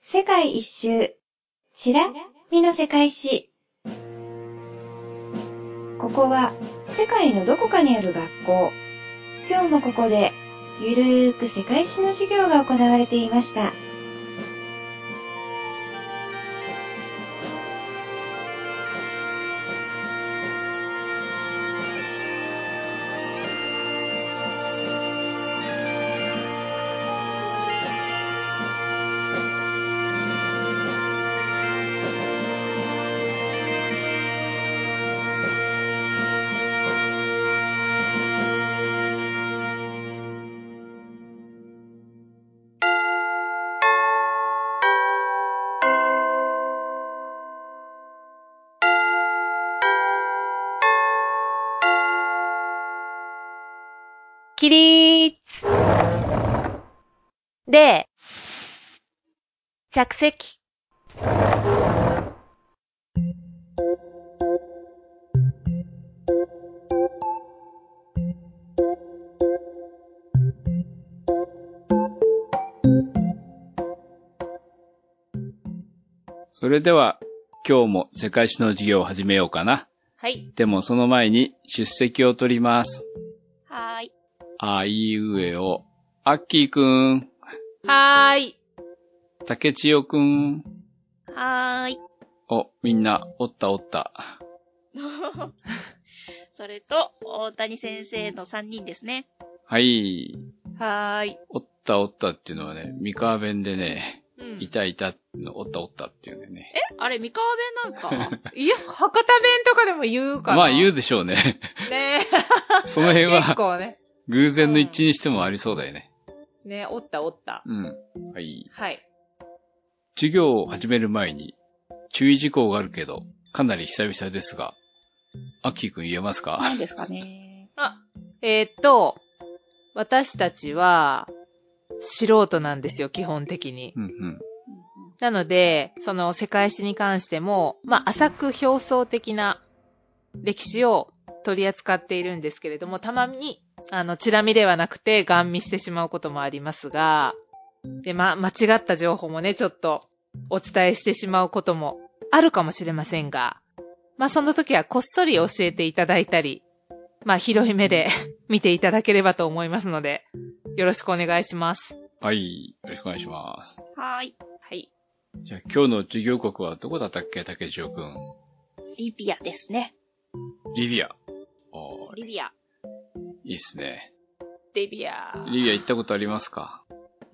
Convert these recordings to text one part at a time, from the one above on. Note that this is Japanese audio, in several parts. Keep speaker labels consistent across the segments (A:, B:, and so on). A: 世界一周。しら、みの世界史。ここは、世界のどこかにある学校。今日もここで、ゆるーく世界史の授業が行われていました。
B: 起立で、着席。
C: それでは、今日も世界史の授業を始めようかな。
B: はい。
C: でもその前に出席を取ります。
B: はーい。
C: あいうえお、あっきーくん、
B: はーい。
C: たけちよくん。
D: はーい。
C: お、みんな、おったおった。
D: それと、大谷先生の3人ですね。
C: はい。
B: はーい。
C: おったおったっていうのはね、三河弁でね、
B: うん
C: いたいたっていうの、おったおったっていうんだよね。
D: あれ、三河弁なん ですか
B: いや、博多弁とかでも言うから。
C: まあ言う
B: う。
C: でしょ うね。
B: ね
C: その辺
B: え。結
C: は、
B: 構ね。
C: 偶然の一致にしてもありそうだよね。
B: ねおったおった。
C: うん。はい。
B: はい。
C: 授業を始める前に、注意事項があるけど、かなり久々ですが、アッキーくん言えますか
D: 何ですかね。
B: えーっと、私たちは、素人なんですよ、基本的に。
C: うんうん。
B: なので、その世界史に関しても、まあ、浅く表層的な歴史を取り扱っているんですけれども、たまに、あの、チラ見ではなくて、ガン見してしまうこともありますが、で、まあ、間違った情報もね、ちょっとお伝えしてしまうこともあるかもしれませんが、まあ、その時はこっそり教えていただいたり、まあ、広い目で 見ていただければと思いますので、よろしくお願いします。
C: はい。よろしくお願いします。
D: はーい。
B: はい。
C: じゃあ今日の授業国はどこだったっけ竹千代くん。
D: リビアですね。
C: リビア。おー
D: リビア。
C: いいっすね。
B: デビアー。
C: リビア行ったことありますか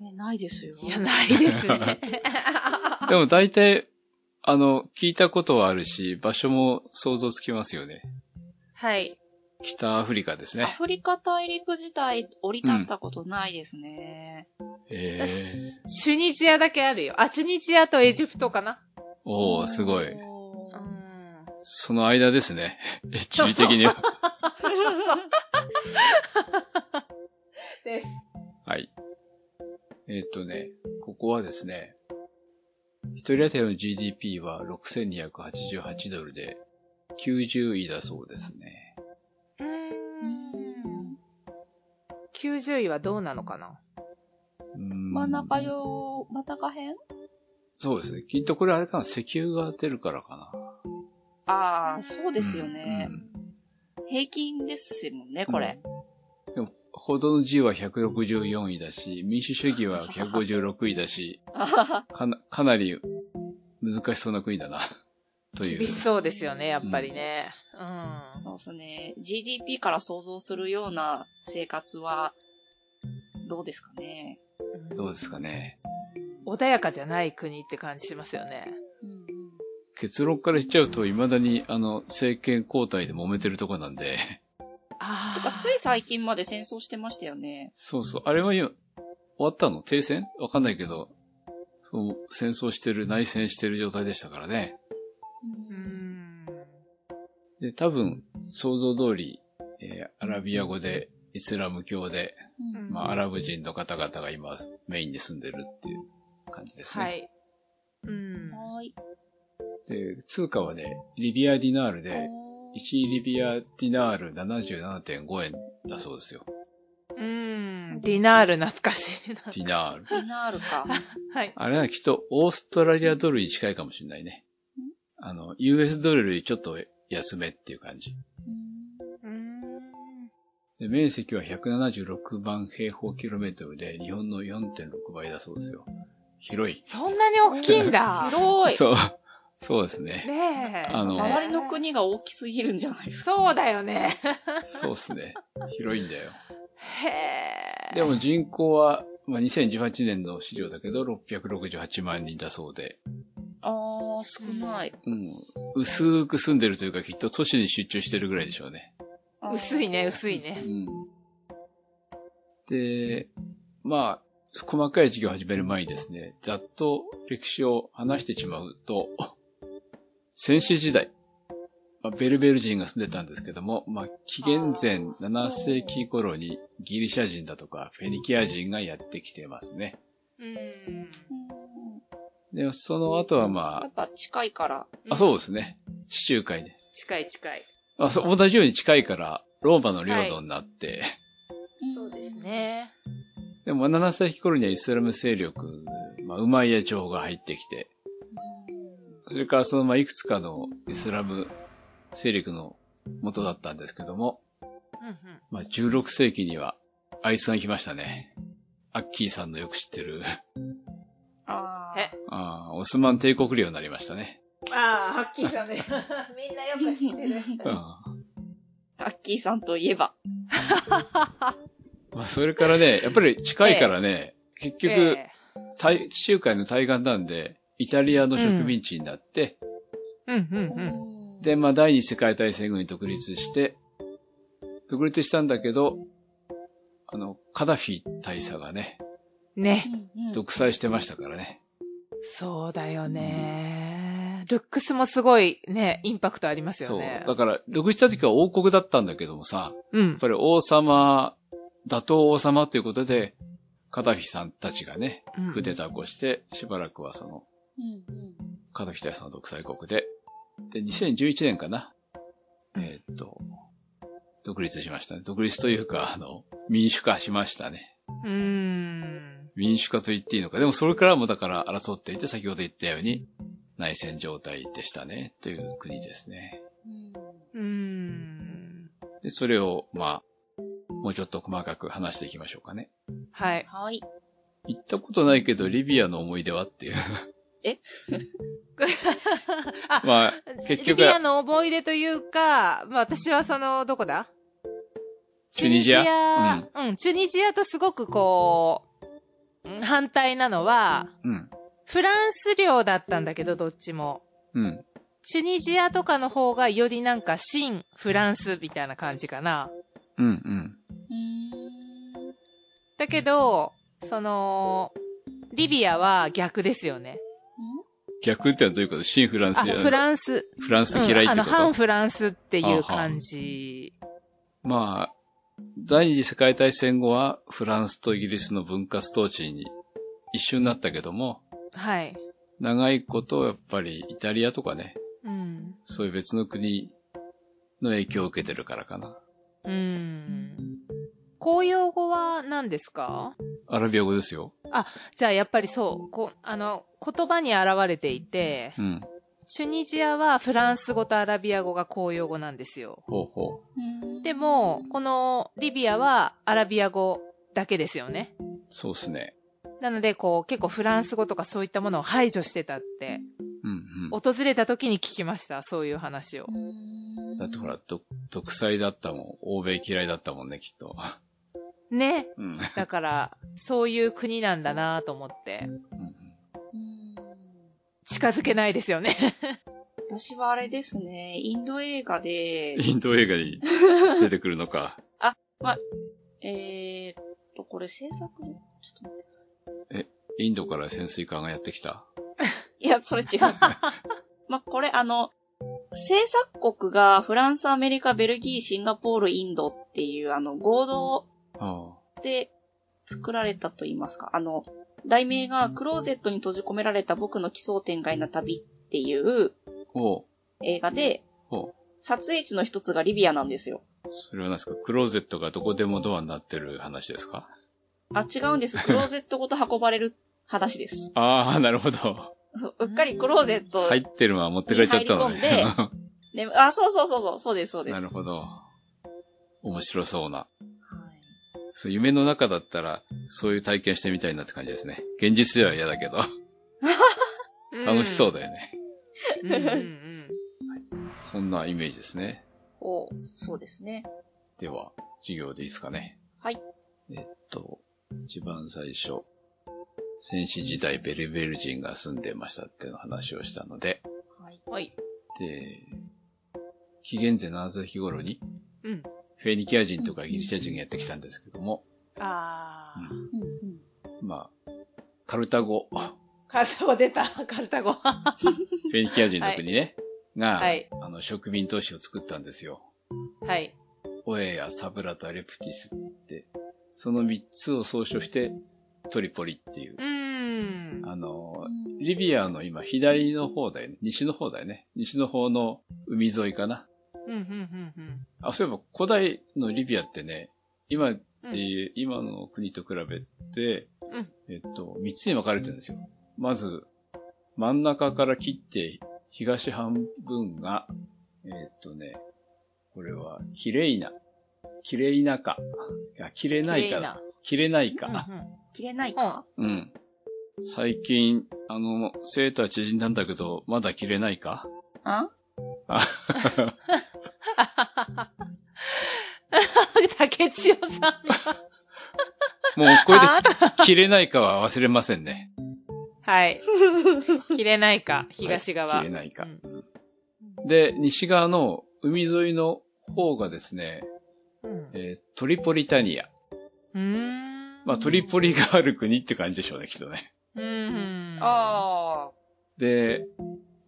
D: え、ないですよ。
B: いや、ないです ね。
C: でも大体、あの、聞いたことはあるし、場所も想像つきますよね。
B: はい。
C: 北アフリカです
D: ア
C: ね。
D: フリカ大陸自体降り立ったことないですね。
C: えー。
B: チュニジアだけあるよ。あ、チュニジアとエジプトかな。
C: おー、すごい。
D: おー
B: ん。
C: その間です ね。地理的には。
B: です。
C: はい。えーっ、とね、ここはですね、一人当たりの GDP は6288ドルで、90位だそうですね。
B: う。
D: うんん
B: 90位はどうなのかな
C: うーん
D: 真ん中よ、真ん中辺
C: そうですね。きっとこれあれかな、石油が出るからかな。
D: ああ、そうですよね
C: う。ん
D: 平均ですもんね、これ。
C: うんでも、報道の G は164位だし、民主主義は156位 だし、かなかなり難しそうな国 だな、という。
B: 厳しそうですよね、やっぱりね。うん。
D: そうですね。GDP から想像するような生活は、どうですかね。
C: どうですかね。
B: 穏やかじゃない国って感じしますよね。
C: 結論から言っちゃうと、未だに、あの、政権交代で揉めてるとこな んで、
B: あ
D: とか
B: あ。、
D: つい最近まで戦争してましたよね。
C: そうそう、あれは今、終わったの停戦わかんないけど、そう、戦争してる、内戦してる状態でしたからね。
B: うーん。
C: で、多分、想像通り、えーアラビア語で、イスラム教で、
B: うん
C: まあ、アラブ人の方々が今、メインで住んでるっていう感じですね。
B: はい。うん。
D: はーい。
C: で、通貨はね、リビアディナールで、
D: おー
C: 1リビアディナール77.5円だそうですよ。
B: うん。ディナール懐かしいな。
C: ディナール。
D: ディナールか。
B: はい。
C: あれはきっとオーストラリアドルに近いかもしれないね。あの、US ドルよりちょっと安めっていう感じ。
B: うーん。
C: で面積は176万平方キロメートルで日本の4.6倍だそうですよ。広い。
B: そんなに大きいん だ。
D: 広い。
C: そう。そうで すね。
B: ねえ。
C: あの
D: 周りの国が大きすぎるんじゃないですか。
B: そうだよね。
C: そうですね。広いんだよ。
B: へえ。
C: でも人口は、まあ、2018年の資料だけど668万人だそうで、
D: ああ、少ない。
C: うん、薄く住んでるというかきっと都市に集中してるぐらいでしょうね。
D: あー
B: 薄いね、薄いね。
C: うん、で、まあ、細かい授業を始める前にですね、ざっと歴史を話してしまうと、先史時代、まあ、ベルベル人が住んでたんですけども、まあ、紀元前7世紀頃にギリシャ人だとかフェニキア人がやってきてますね。
B: うーん。
D: うん
C: で、その後はまあ
D: や、っぱ近いから。
B: うん
C: あ、そうですね。地中海で。
B: 近い近い。
C: あ、そう、同じように近いから、ローマの領土にな って、
B: そうです。ね。
C: でも7世紀頃にはイスラム勢力、まあ、ウマイヤ朝が入ってきて、それからその、まあ、いくつかのイスラム勢力の元だったんですけども、
B: うんうん。
C: まあ、16世紀には、アイスが来ましたね。アッキーさんのよく知ってる、
D: ああ。
B: え
C: あーオスマン帝国領になりましたね。
B: ああ、はっきりだね。 みんなよく知ってる。
C: うん。ま
D: アッキーさんといえば。
C: あ、それからね、やっぱり近いからね、 結局、
B: ええ
C: 対地中海の対岸なんで、イタリアの植民地になって、
B: うんう
D: うんん
C: で、まあ、第二次世界大戦後に独立して、独立したんだけど、あの、カダフィ大佐がね、
B: うん。ね。
D: うんうん
C: 独裁してましたからね。
B: そうだよね。ルックスもすごいね、インパクトありますよ
C: そう
B: ね。。
C: だから、独立した時は王国だったんだけどもさ、
B: う
C: やっ
B: ん。
C: ぱり王様、打倒王様ということで、カダフィさんたちがね、
B: うん
C: クーデターを起こして、しばらくはその、
D: うんうん
C: カダフィ大佐の独裁国で、で、2011年かな、えーっと、独立しましたね。独立というか、あの、民主化しましたね。
B: うーん。
C: 民主化と言っていいのか。でもそれからもだから争っていて、先ほど言ったように、内戦状態でしたね、という国ですね。
B: うーん。
C: で、それを、まあ、もうちょっと細かく話していきましょうかね。
B: はい。
D: はい。
C: 行ったことないけど、リビアの思い出はっていう。
B: あ、
C: まあ、
B: リ
C: 結局
B: ビアの思い出というか、まあ私はその、どこだ
C: チュニジア
B: うん、チュニジアとすごくこう、うん反対なのは、
C: うん。
B: フランス領だったんだけど、どっちも。
C: うん。
B: チュニジアとかの方がよりなんか、新フランスみたいな感じかな。
C: うん。うん。
B: だけど、その、リビアは逆ですよね。
C: 逆ってのはどういうこと新フラン
B: あ、
C: スじゃ
B: フランス。
C: フランス
B: うん
C: 嫌いっ
B: あ
C: て
B: の、
C: こと、
B: 反フランスっていう感じ。
C: まあ、第二次世界大戦後はフランスとイギリスの分割統治に一緒になったけども、
B: はい。
C: 長いことやっぱりイタリアとかね、
B: うん。
C: そういう別の国の影響を受けてるからかな。
B: うん。公用語は何ですか
C: アラビア語ですよ。
B: じゃあやっぱりそう、こうあの、言葉に現れていて、
C: うん。
B: チュニジアはフランス語とアラビア語が公用語なんですよ。
C: ほうほ
B: でも、このリビアはアラビア語だけですよね。
C: う。そうっすね。
B: なので、こう、結構フランス語とかそういったものを排除してたって、
C: うんうん。
B: 訪れた時に聞きました、そういう話を。
C: だってほら、ど独裁だったもん。欧米嫌いだったもんね、きっと。
B: ね。
C: うん。
B: だから、そういう国なんだなと思って、
C: うん
D: うん
B: 近づけないですよね。
D: 私はあれですね、インド映画で、
C: インド映画に出てくるのか。
D: えーっと、これ制作ちょっと待って。
C: インドから潜水艦がやってきた。
D: いや、そ れ違う。まあ、これあの、制作国がフランス、アメリカ、ベルギー、シンガポール、インドっていう、あの、合同
C: あ
D: で作られたと言いますか。あの、題名が、クローゼットに閉じ込められた僕の奇想天外な旅っていう
C: あ。おう。
D: 映画で、
C: ほう。
D: 撮影地の一つがリビアなんですよ。
C: それは何ですかクローゼットがどこでもドアになってる話ですか
D: あ、違うん です。クローゼットごと運ばれる話です。
C: ああ、なるほど。
D: そううっかりクローゼット
C: 入ってるのは持ってかれちゃったのね
D: に。入り込で、あ、そうそうそうそう、そうです、そうで す。
C: なるほど。面白そうな。
D: はい
C: そう、夢の中だったら、そういう体験してみたいなって感じですね。現実では嫌だけど、 楽しそう
B: だ。
C: だよね。
B: うんうんうん。
C: そんなイメージですね。
D: おそうですね。
C: では、授業でいいですかね。
D: はい。
C: えっと、一番最初、戦士時代ベルベル人が住んでましたっての話をしたので、
D: はい。
B: はい。
C: で、紀元前7世紀頃に、
B: うん。
C: フェニキア人とかギリシャ人がやってきたんですけども、
B: あー。
C: う
D: うんうん。
C: まあ、カルタゴ、
B: カルタゴ出た。 カルタゴ。は
C: フェニキア人の国ね、が、
B: はい
C: あの、植民都市を作ったんですよ。
B: い。
C: オエア、サブラタ、レプティスって、その3つを総称して、トリポリっていう
B: う、ーん。
C: あの、リビアの今、左の方だよね。西の方だよね。西の方の海沿いかな。
B: うん、うん、うん、うん。
C: あ、そういえば古代のリビアってね、今、
B: うん
C: えー今の国と比べて、
B: うん
C: えっと、3つに分かれてるんですよ。まず、真ん中から切って、東半分が、えっとね、これは、キレイナ。キレイナか。いや、キレナイカだ。キレナイカ。
B: うんうん
D: 切れないか、
C: うん。最近、あの、セーター縮んだんだけど、まだ着れないか
D: あ
B: 竹千代さんが。
C: もうこれ
B: あなた
C: で着れないかは忘れませんね。
B: はい。切れないか、東側。
C: はい着れないか。
B: うん
C: うんで、西側の海沿いの方がですね、
B: うん
C: えートリポリタニア。
B: うーん。
C: まあ、トリポリがある国って感じでしょうね、きっとね。
B: うんうん。
D: あ
C: で、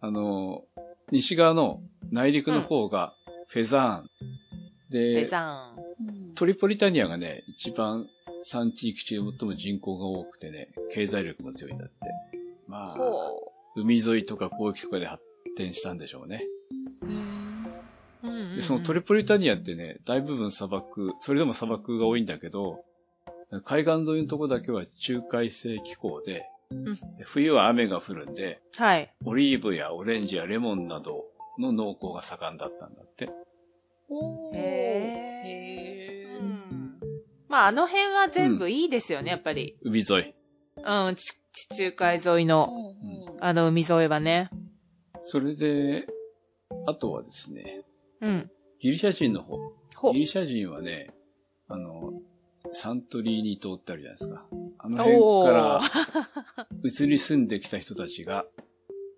C: あの、西側の内陸の方がフェザーン。
B: ペ
C: で、
B: ザン。
D: ー。
C: トリポリタニアがね、一番産地域中最も人口が多くてね、経済力も強いんだって。まあ、
B: ほ
C: 海沿いとか交易とかで発展したんでしょうね。
D: うん。
B: う。うんうんう
C: で、
B: ん
C: そのトリポリタニアってね、大部分砂漠、それでも砂漠が多いんだけど、海岸沿いのとこだけは中海性気候で、
B: ん
C: 冬は雨が降るんで、
B: はい。
C: オリーブやオレンジやレモンなどの農耕が盛んだったんだって。
D: おー。
B: へ
D: へ
B: う
D: ー
B: んまあ、あの辺は全部いいですよね、やっぱり。
C: 海沿い。
B: うん、ち地中海沿いの、
D: うん
B: あの、海沿いはね。
C: それで、あとはですね、
B: うん。
C: ギリシャ人の方。
B: ほ
C: ギリシャ人はね、あの、サントリーニ島ってあるじゃないですか。あの
B: お
C: 辺
B: ー
C: から移り住んできた人たちが、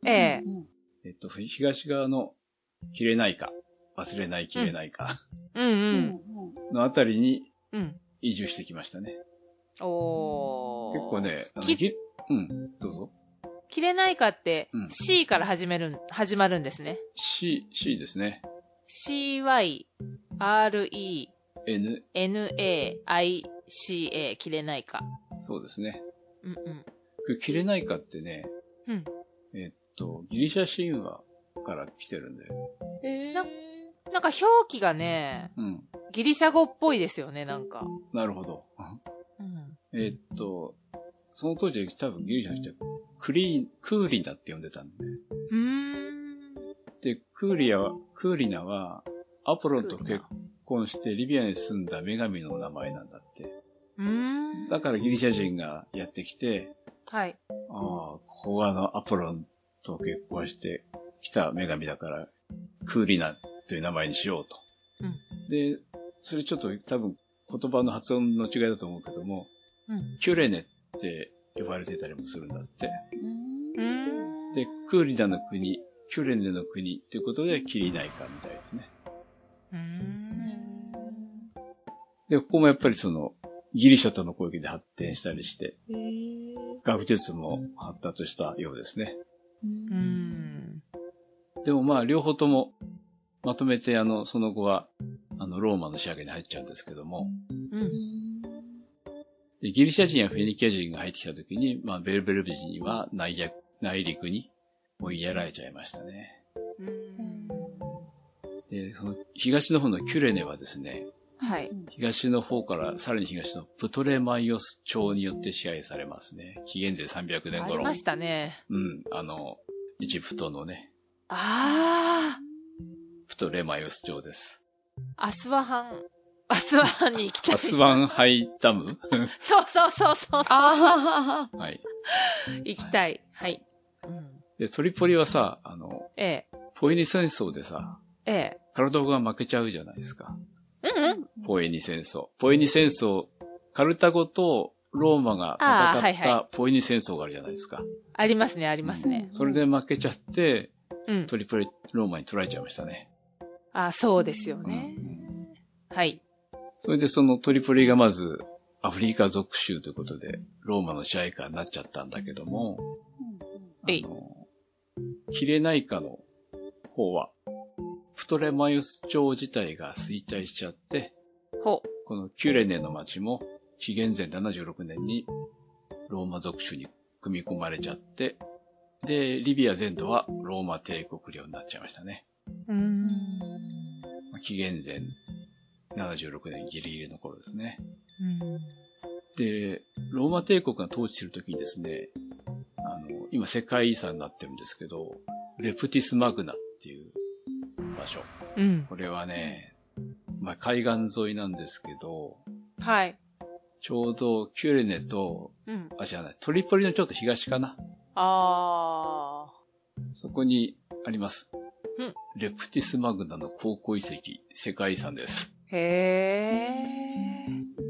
B: ええ。
D: うん
C: えっと、東側の切れないか、忘れない切れないか
B: うん
D: う
B: うんん。
C: のあたりに
B: うん。
C: 移住してきましたね。
B: おー。
C: 結構。ね、あの、
B: き
C: ぎうん、どうぞ。
B: 切れないかって
C: うん
B: C から始めるん、始まるんですね。
C: C、C ですね。
B: CY、RE、
C: N、
B: NAICA、切れないか。
C: そうですね。
B: うんうん。
C: 切れないかってね、
B: うん
C: えっと、ギリシャ神話から来てるんだよ。
D: へ
B: な
D: ー
B: なんか表記がね、
C: うん、
B: ギリシャ語っぽいですよね、なんか。
C: なるほど。
B: うん。
C: えっと、その当時多分ギリシャの人はクリーン、クーリナって呼んでたんで。
B: うーん。
C: で、クーリアは、クーリナはアポロンと結婚してリビアに住んだ女神の名前なんだって。
B: うーん。
C: だからギリシャ人がやってきて、
B: はい。
C: ああ、ここがあのアポロンと結婚してきた女神だから、クーリナという名前にしようと。で、それちょっと多分言葉の発音の違いだと思うけども、
B: うん
C: キュレネって呼ばれてたりもするんだって。
B: うーん。
C: で、クーリナの国、キュレネの国っていうことでキリナイカみたいですね。
B: うーん。
C: で、ここもやっぱりその、ギリシャとの攻撃で発展したりして、
D: へー
C: 学術も発達したようですね。
D: う
B: うーん。
C: でもまあ、両方とも、まとめて、あの、その後は、あの、ローマの仕上げに入っちゃうんですけども、
B: うん。
C: でギリシャ人やフェニキア人が入ってきた時に、まあ、ベルベルビ人は内陸内陸に追いやられちゃいましたね。
B: うーん
C: で、その東の方のキュレネはですね、
B: はい。
C: 東の方からさらに東のプトレマイオス朝によって支配されますね。紀元前300年
B: あり
C: 頃。
B: ましたね。
C: うん、あの、エジプトのね、
B: あ
C: プトレマイオス朝です。
B: あ、アスワハン、アスワハンに行きたい。
C: アスワンハイダム
B: そうそうそうそう。
D: ああ、
C: はい。
B: 行きたい。はい。うん、
C: で、トリポリはさ、あの、
B: え
C: ポエニ戦争でさ、
B: え、え
C: カルタゴが負けちゃうじゃないですか。
B: え。うんうん。
C: ポエニ戦争。ポエニ戦争、カルタゴとローマが
B: あー
C: 戦
B: はい
C: った
B: は
C: ポエニ戦争があるじゃないですか。
B: ありますね、ありますね。
C: それで負けちゃって、
B: うん
C: ト。リポリローマに取られちゃいましたね。
B: あそうですよね。
C: うん
B: はい。
C: それでそのトリポリがまずアフリカ属州ということで、ローマの支配下になっちゃったんだけども、
B: えい
C: あのキレナイカの方は、プトレマイオス朝自体が衰退しちゃって、
B: ほ
C: このキュレネの町も紀元前76年にローマ属州に組み込まれちゃって、で、リビア全土はローマ帝国領になっちゃいましたね。
B: う。うん。
C: まあ紀元前76年ギリギリの頃ですね。で、ローマ帝国が統治するときにですね、あの、今世界遺産になってるんですけど、レプティスマグナっていう場所。
B: うん。
C: これはね、まあ、海岸沿いなんですけど、
B: はい。
C: ちょうどキュレネと、
B: うん。
C: あ、じゃない、トリポリのちょっと東かな。
B: ああ。
C: そこにあります。
B: うん
C: レプティスマグナの考古遺跡、世界遺産です。
B: へえ。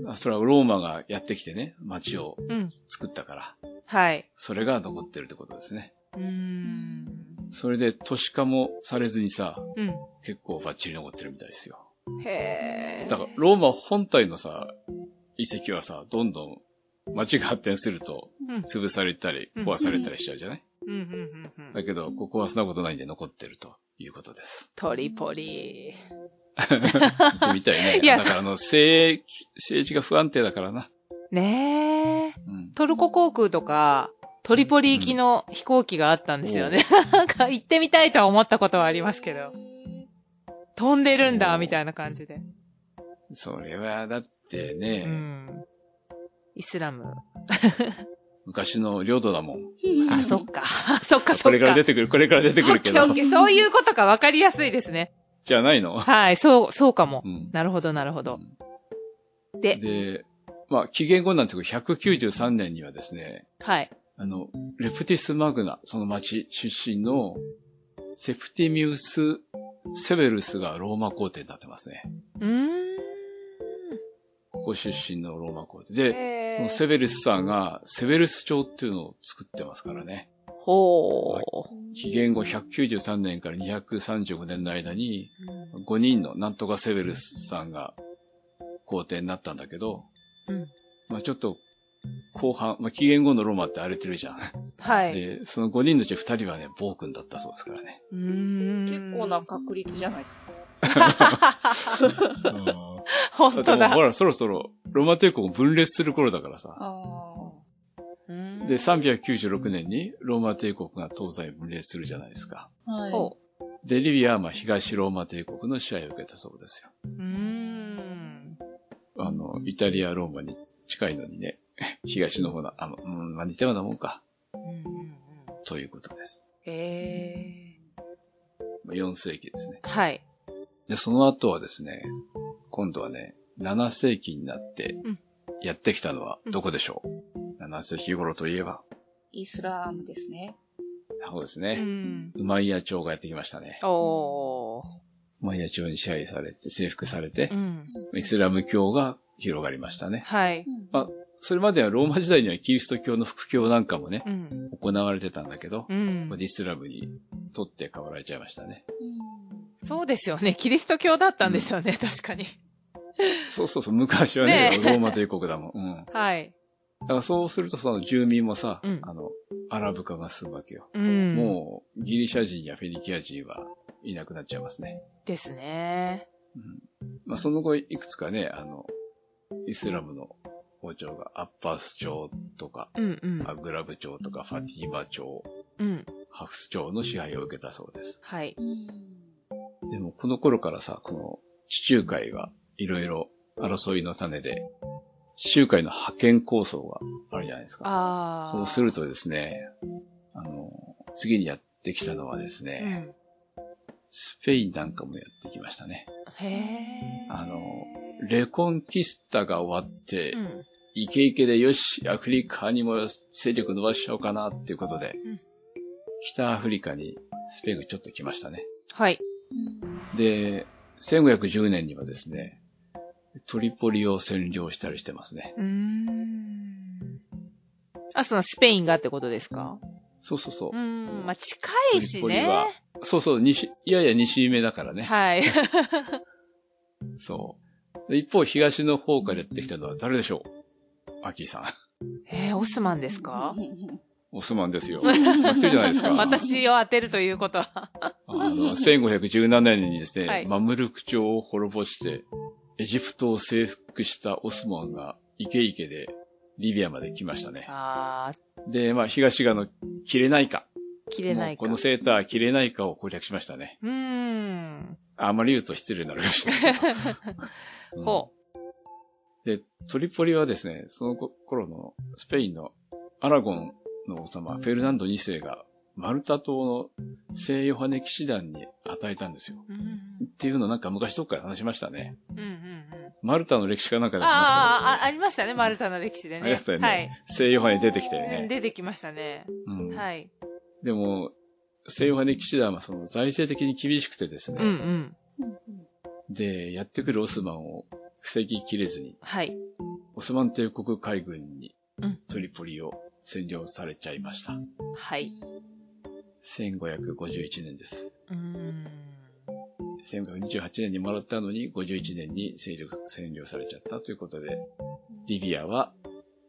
C: あそれはローマがやってきてね、街を
B: うん。
C: 作ったから、
B: はい。
C: それが残ってるってことですね。
B: うーん。
C: それで都市化もされずにさ、
B: う
C: 結構バッチリ残ってるみたいですよ。
B: ん。へえ。
C: だから、ローマ本体のさ、遺跡はさ、どんどん街が発展すると
B: うん。
C: 潰されたり
B: うん
C: 壊されたりしちゃうじゃない、
B: うん。うん。うん。うん
C: だけど、ここはそんなことないんで残ってるというこ とです。
B: トリポリ。
C: 見てみたいね。
B: いや
C: だからあの、政政治が不安定だからな。
B: ねえ。
C: うん。
B: トルコ航空とか、トリポリ行きの飛行機があったんですよね。なんか行ってみたいとは思ったことはありますけど。飛んでるんだ、みたいな感じで。
C: それは、だって
B: う
C: ね、
B: ん。イスラム。
C: 昔の領土だもん。
B: あ、そっか。 そっか、そっか。
C: これから出てくる、これから出てくるけ
B: オッケー
C: ど
B: オッ、ケーそういうことか分かりやすいですね。
C: じゃない の
B: はい、そう、そうかも
C: う。ん。
B: なるほど、なるほど。で、
C: で、まあ、紀元後なんですけど、193年にはですね、
B: はい。
C: あの、レプティスマグナ、その町出身の、セプティミウス・セベルスがローマ皇帝になってますね。
B: うーん。
C: ここ出身のローマ皇帝。で、
B: へー
C: そのセベルスさんが、セベルス朝っていうのを作ってますからね。
B: ほ
C: 紀元後193年から235年の間に、5人のなんとかセベルスさんが皇帝になったんだけど、
B: う。うん。
C: まあちょっと、後半、まあ紀元後のローマって荒れてるじゃん。
B: はい。
C: で、その5人のうち2人はね、暴君だったそうですからね。
B: うーん
D: 結構な。確率じゃないですか。
B: 本当
C: でも
B: だ
C: ほ。ら、そろそろ、ローマ帝国分裂する頃だからさ。
D: あ
B: で
C: で、396年にローマ帝国が東西分裂するじゃないですか。
D: あ。はい。
B: ほ
C: で、リビアはまあ東ローマ帝国の支配を受けたそうです
B: う。うーん。
C: よ。あの、イタリア、ローマに近いのにね、 東の方の、あの、うん、まあ似たようなもんか、
B: うんうんうん
C: ということです。
B: え
C: まあ4世紀ですね。
B: ー。はい。
C: で、その後はですね、今度はね、7世紀になって
B: うん、
C: やってきたのはどこでしょう、?7 世紀頃といえば、
D: イスラムですね。
C: そうです
B: う
C: ね、
B: ん。
C: ウマイヤ朝がやってきましたね。
B: お
C: ウマイヤ朝に支配されて、征服されて
B: ー。う、ん。
C: イスラム教が広がりましたね。
B: はい。
C: まあ、それまではローマ時代にはキリスト教の副教なんかもね
B: う、ん。
C: 行われてたんだけど
B: う、
C: こ
B: ん
C: こ。でイスラムに取って変わられちゃいましたね。
B: そうですよね。キリスト教だったんですよね、確かに。
C: そうそうそう、昔は
B: ね、
C: ね
B: え
C: ローマ帝国だもん。うん。だ
B: はい。
C: からそうすると、その住民もさ、
B: うん
C: あの、アラブ化が進むわけよ。
B: うん。
C: もう、ギリシャ人やフェニキア人はいなくなっちゃいますね。
B: ですね。
C: うんまあ、その後、いくつかね、あの、イスラムの王朝がアッパース朝とか、
B: うんうん。
C: アグラブ朝とか、ファティーマ朝、
B: うん。
C: ハフス朝の支配を受けたそうです。
B: はい。
C: でも、この頃からさ、この地中海がいろいろ争いの種で、周回の派遣構想があるじゃないですか。
B: ああ。
C: そうするとですね、あの、次にやってきたのはです
B: う
C: ね、
B: ん。
C: スペインなんかもやってきましたね。
B: へえ。
C: あの、レコンキスタが終わって、
B: うん。
C: イケイケでよし、アフリカにも勢力伸ばしちゃおうかなっていうことで、
B: ん
C: 北アフリカにスペインがちょっと来ましたね。
B: はい。
C: で、1510年にはですね、トリポリを占領したりしてますね。
B: うーん。あ、そのスペインがってことですか
C: そうそうそう
B: う。ん。まあ、近いし
C: トリポリは
B: ね。
C: そうそう、西、いやいや西目だからね。
B: はい。
C: そう。で一方、東の方からやってきたのは誰でしょうアキ ーさん。
B: えー、オスマンですか
D: うんうんうん
C: オスマンですよ。やってるじゃないですか。
B: 私を当てるということは。
C: あの、1517年にですね、
B: はい
C: マムルク朝を滅ぼして、エジプトを征服したオスマンがイケイケでリビアまで来ましたね。
B: ああ、
C: で、まあ、東側の切れないか。
B: 切れない
C: も
B: か。
C: うこのセーター切れないかを攻略しましたね。
B: うー ん。
C: ああまり言うと失礼になるかもしれないけ ど。うん
B: ほ
C: で、トリポリはですね、その頃のスペインのアラゴンの王様、フェルナンド2世がマルタ島の聖ヨハネ騎士団に与えたんですよ。
B: う。うんうん
C: っていうのなんか昔どっかで話しましたね。
B: うんうん。
C: マルタの歴史かなんかで話したん
B: ああ、あ
C: で
B: りましたね、マルタの歴史ですね。
C: よ。ありましたよね。
B: はい。
C: 聖ヨハネ出てきたよ
B: うん
C: ね。
B: 出てきましたね。
C: うん
B: はい。
C: でも、聖ヨハネ騎士団はその財政的に厳しくてです
B: うんう
C: ね、
B: ん。
C: で、やってくるオスマンを防ぎきれずに、
B: はい。
C: オスマン帝国海軍に
B: うん
C: トリポリを占領されちゃいました。
B: はい。
C: 1551年です。
B: うーん。
C: 1528年にもらったのに、51年に勢力占領されちゃったということで、リビアは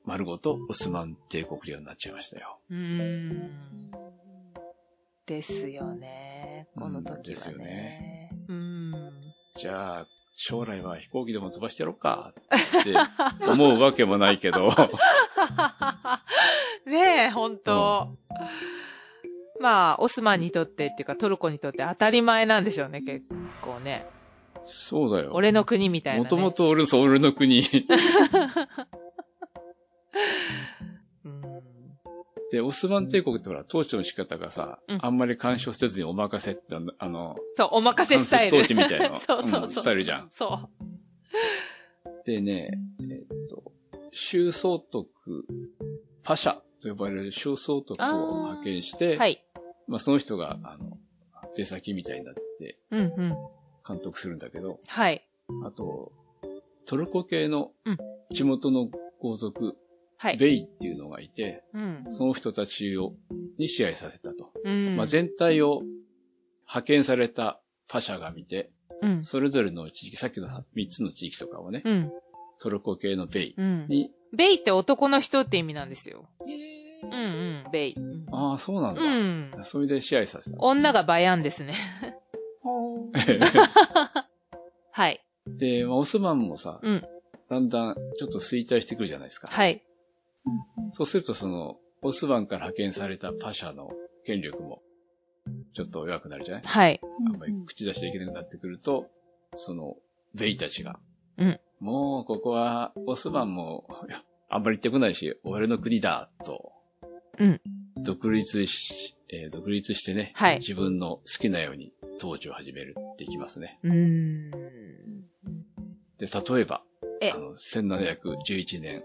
C: 丸ごとオスマン帝国領になっちゃいましたよ。
B: うーん。ですよね。この時は
C: うん
B: ね。
C: ですよね
B: うん。
C: じゃあ、将来は飛行機でも飛ばしてやろ うかって思うわけもないけど、
B: ねえ、本当、まあ、オスマンにとってっていうか、トルコにとって当たり前なんでしょうね、結構ね。
C: そうだよ。
B: 俺の国みたいな、ね。
C: もともと俺の、そう俺の国
B: うん。
C: で、オスマン帝国ってほら、統治の仕方がさ、
B: うん
C: あんまり干渉せずにお任せって、あの、
B: そう、お任せスタイル。
C: 間接統治 みたいな
B: そうそうそう、
C: うんスタイルじゃん。
B: そ
C: でね、えっと、州総督、パシャと呼ばれる州総督を派遣し
B: う。
C: て、
B: はい。
C: まあその人が、あの、出先みたいになって
B: うんうん。
C: 監督するんだけど、
B: はい。
C: あと、トルコ系の
B: うん
C: 地元の豪族、
B: はい。
C: ベイっていうのがいて、
B: うん。
C: その人たちを、に支配させたと。
B: うん。
C: まあ全体を派遣されたパシャが見て、
B: うん。
C: それぞれの地域、さっきの3つの地域とかをね、
B: うん。
C: トルコ系のベイ
B: うん。
C: に、
B: ベイって男の人って意味なんですよ。
D: へ
B: うん
D: ー
B: うん、ベイ。うん
C: ああ、そうなんだ。
B: うん。
C: それで支配させた。
B: 女がバヤンですね。
D: ほー
B: はい。
C: で、まあ、オスマンもさ、
B: うん
C: だんだんちょっと衰退してくるじゃないですか。
B: はい。
C: そうすると、その、オスマンから派遣されたパシャの権力も、ちょっと弱くなるじゃない
B: はい。
C: あんまり口出しちゃいけなくなってくると、その、ベイたちが、
B: うん
C: もうここは、オスマンも、いやあんまり行ってこないし、俺の国だ、と。
B: うん
C: 独立し、えー独立してね、
B: はい
C: 自分の好きなように統治を始めるっていきますね。
B: うーん。
C: で、例えば、
B: え
C: あの、1711年、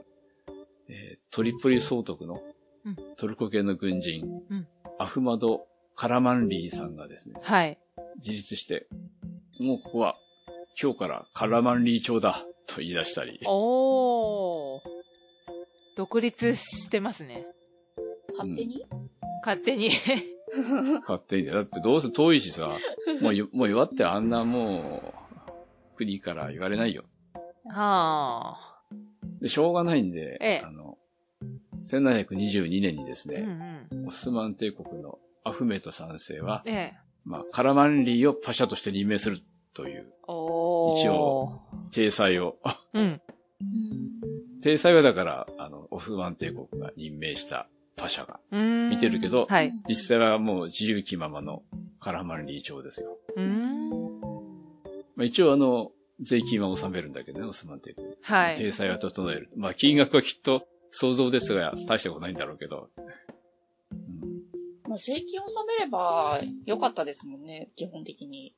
C: えートリポリ総督の
B: うん
C: トルコ系の軍人、
B: うん
C: アフマド・カラマンリーさんがですね、
B: はい。
C: 自立して、もうここは今日からカラマンリー朝だと言い出したり、
B: おー。独立してますね。
D: 勝手に
B: 勝手に。
C: 勝手にねだってどうせ遠いしさ、も うゆ、もう弱ってあんなもう、国から言われないよ。
B: はあ。
C: で、しょうがないんで、
B: ええ
C: あの、1722年にです
B: うんう
C: ね、
B: ん。
C: オスマン帝国のアフメト3世は、
B: ええ。
C: まあ、カラマンリーをパシャとして任命するという、
B: おー。
C: 一応。体裁を、 あ
B: うん。
C: 体裁はだから、あの、オフマン帝国が任命したパシャが、
B: うーん。
C: 見てるけど
B: はい。
C: 実際はもう自由気ままのカラマンリー朝ですよ。
B: うーん。
C: まあ、一応あの、税金は納めるんだけどね、オスマン帝国。
B: はい。
C: 体裁は整える。まあ、金額はきっと想像ですが、大したことないんだろうけど。うん
D: まあ、税金納めれば良かったですもんね、基本的に。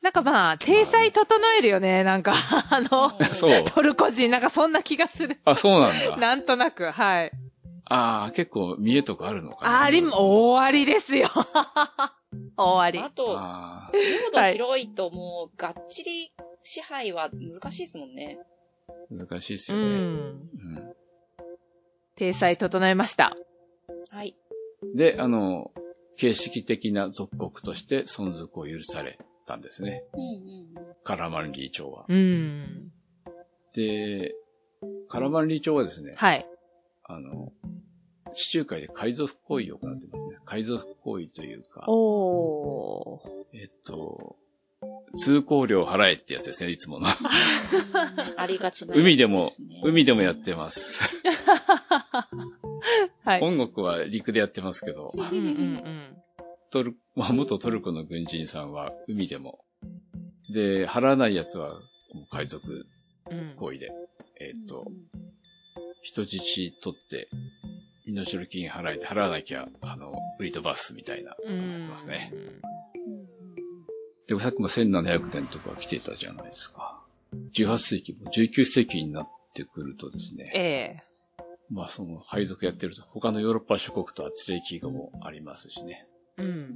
B: なんかまあ、体裁整えるよね、なんか、 あの、
D: うん
C: そう。
B: トルコ人、なんかそんな気がする。
C: あ、そうなん だ。
B: なんとなく、はい。
C: ああ、結構見えとかあるのかな。
B: あり、終わりですよ。 終わ
D: あ
B: り。
D: と、
C: ああ
D: 領土
B: はい
D: 広いともう、がっちり支配は難しいですもんね。
C: 難しいです
B: う
C: よね。
B: ん。
C: うん
B: 体裁整えました。
D: はい。
C: で、あの、形式的な属国として存続を許されたんですね。
D: うんうんうん。
C: カラマンリー朝は。
B: うん。
C: で、カラマンリー朝はですね、
B: はい。
C: あの、地中海で海賊行為を行ってますね。海賊行為というか、
B: おー。
C: えっと、通行料払えってやつですね、いつもの。
D: ありがちなやつすね、
C: 海でも、海でもやってます。
B: はい。
C: 本国は陸でやってますけど、
B: うんうんうん。
C: トル、まあ、元トルコの軍人さんは海でも。で、払わない奴は、もう海賊
B: うん
C: 行為で、えーっと
D: う、ん
C: 人質取って、身の代金払えて、払わなきゃ、あの、売り飛ばすみたいなこと
B: う
C: に
B: ん
C: なってますね。。
D: うんうんうん
C: でもさっきも1700年とか来てたじゃないですか。18世紀も19世紀になってくるとですね、
B: ええ。
C: まあその配属やってると他のヨーロッパ諸国と圧力がもありますしね。
B: う。
D: うんん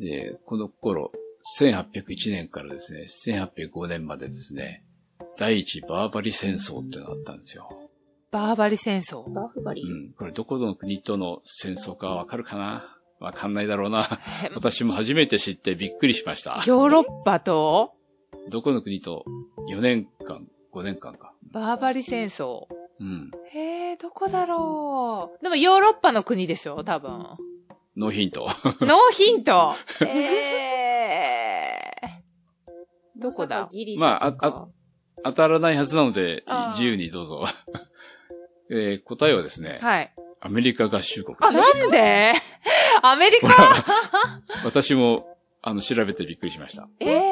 C: で、この頃、1801年からですね、1805年までですね、第一バーバリ戦争ってのがあったんですよ。
B: バーバリ戦争。
D: バフバリ。
C: うん。これどこの国との戦争かわかるかなわかんないだろうな。
B: え
C: 私も初めて知ってびっくりしました。
B: ヨーロッパと
C: どこの国と4年間、5年間か。
B: バーバリ戦争。
C: うん。
B: へえ、どこだろう。でもヨーロッパの国でしょ多分。
C: ノーヒント。
B: ノーヒント。ええ。どこだ
D: まさかギリシャとか。
C: まあ当たらないはずなので
D: あー、
C: 自由にどうぞ。 えー答えはですね、
B: はい。
C: アメリカ合衆国。
B: あ、なんでアメリ
C: ほ
B: カ
C: ら、私も、あの、調べてびっくりしました。
B: ええ。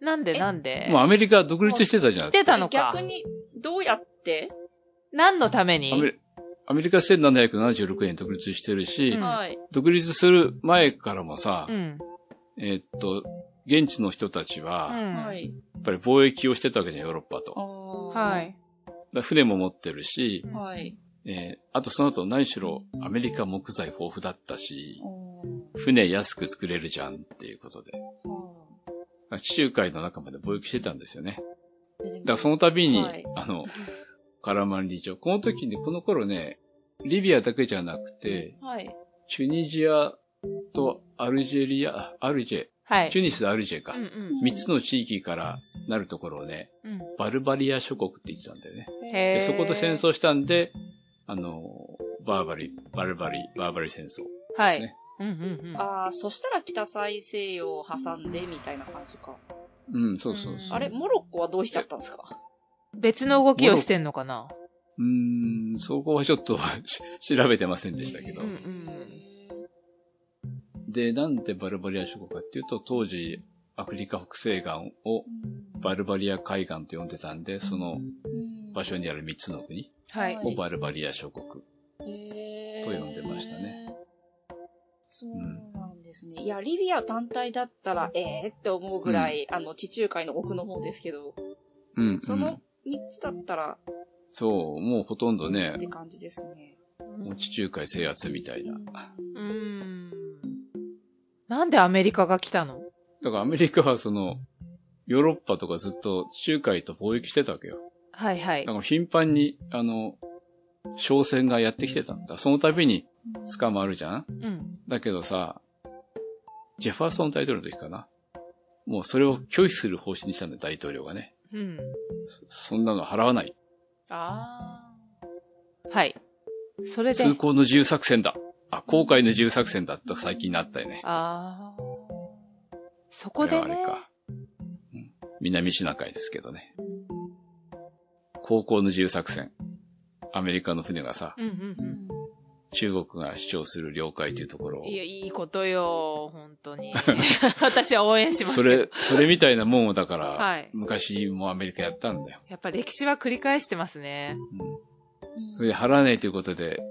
B: なんでなんで
C: もうアメリカは独立してたじゃな
B: 来
C: いで
B: てたのか
D: 逆。に、どうやって、
B: 何のため
C: アメ
B: に
C: リアメリカ1776年に独立してるし、
B: うん
D: はい。
C: 独立する前からもさ、
B: うん。
C: えーっと、現地の人たち
B: う
C: は、
B: ん。
D: は
B: はい。
D: い。
C: やっぱり貿易をしてたわけじゃん、ヨーロッパと。だか
D: は。
B: はいい。
C: ら船も持ってるし、
D: はい。
C: えーあとその後何しろアメリカ木材豊富だったし、
D: うん
C: 船安く作れるじゃんっていうことで。地中海の中まで貿易してたんですよね。だからその度に、
D: はい
C: あの、カラマンリー朝。この時に、この頃ね、リビアだけじゃなくて、
D: はい。
C: チュニジアとアルジェリア、あアルジ
B: は
C: ェ、
B: い。
C: チュニスとアルジェか
B: うん。うん
C: 三つの地域からなるところをね、
B: うん。
C: バルバリア諸国って言ってたんだよね。
B: へー
C: でそこと戦争したんで、あの、バーバリ、バルバリ、バーバリ戦争
B: は
C: です
B: い。
C: ね。
B: うんうんうん。
D: ああ、そしたら北大西洋を挟んでみたいな感じか。
C: うん、そうそう
B: うん
C: そう。
D: あれ、モロッコはどうしちゃったんですか
B: 別の動きをしてんのかな
C: うーん、そこはちょっと 調べてませんでしたけど
B: うんう。ん
C: で、なんでバルバリア諸国かっていうと、当時、アフリカ北西岸をバルバリア海岸と呼んでたんで、その場所にある3つの国
B: はい。
C: をバルバリア諸国。
D: と
C: と呼んでましたね。
D: そうなんですね。いや、リビア単体だったら、ええって思うぐらい、あの、地中海の奥の方ですけど、
C: うん、うん。
D: その三つだったら
C: そう、もうほとんど
D: っ
C: ね
D: て、感じですね。
C: もう地中海制圧みたいな。
B: うーん。なんでアメリカが来たの
C: だからアメリカはその、ヨーロッパとかずっと地中海と貿易してたわけよ。
B: はいは
C: だ
B: い
C: か。ら頻繁に、あの、商船がやってきてたんだ。その度に捕まるじゃん
B: うん。
C: だけどさ、ジェファーソン大統領の時かな。もうそれを拒否する方針にしたんだよ、大統領がね。
B: うん。
C: そそんなの払わない。
B: ああ。はい。それで。
C: 通行の自由作戦だ。あ、航海の自由作戦だと最近なったよね。
B: ああ。そ
C: こ
B: こで
C: はあ
B: ね
C: れ。か。うん南シナ海ですけどね。航行の自由作戦。アメリカの船がさ、
B: うんうんうん。
C: 中国が主張する領海というところを
B: い。や、いいことよ、本当 に。 私は応援します
C: そ
B: けど。
C: れ、それみたいなもんをだから、
B: はい
C: 昔もアメリカやったんだよ。
B: やっぱ歴史は繰り返してますね。
C: うん
D: うん
C: それで払わないということで、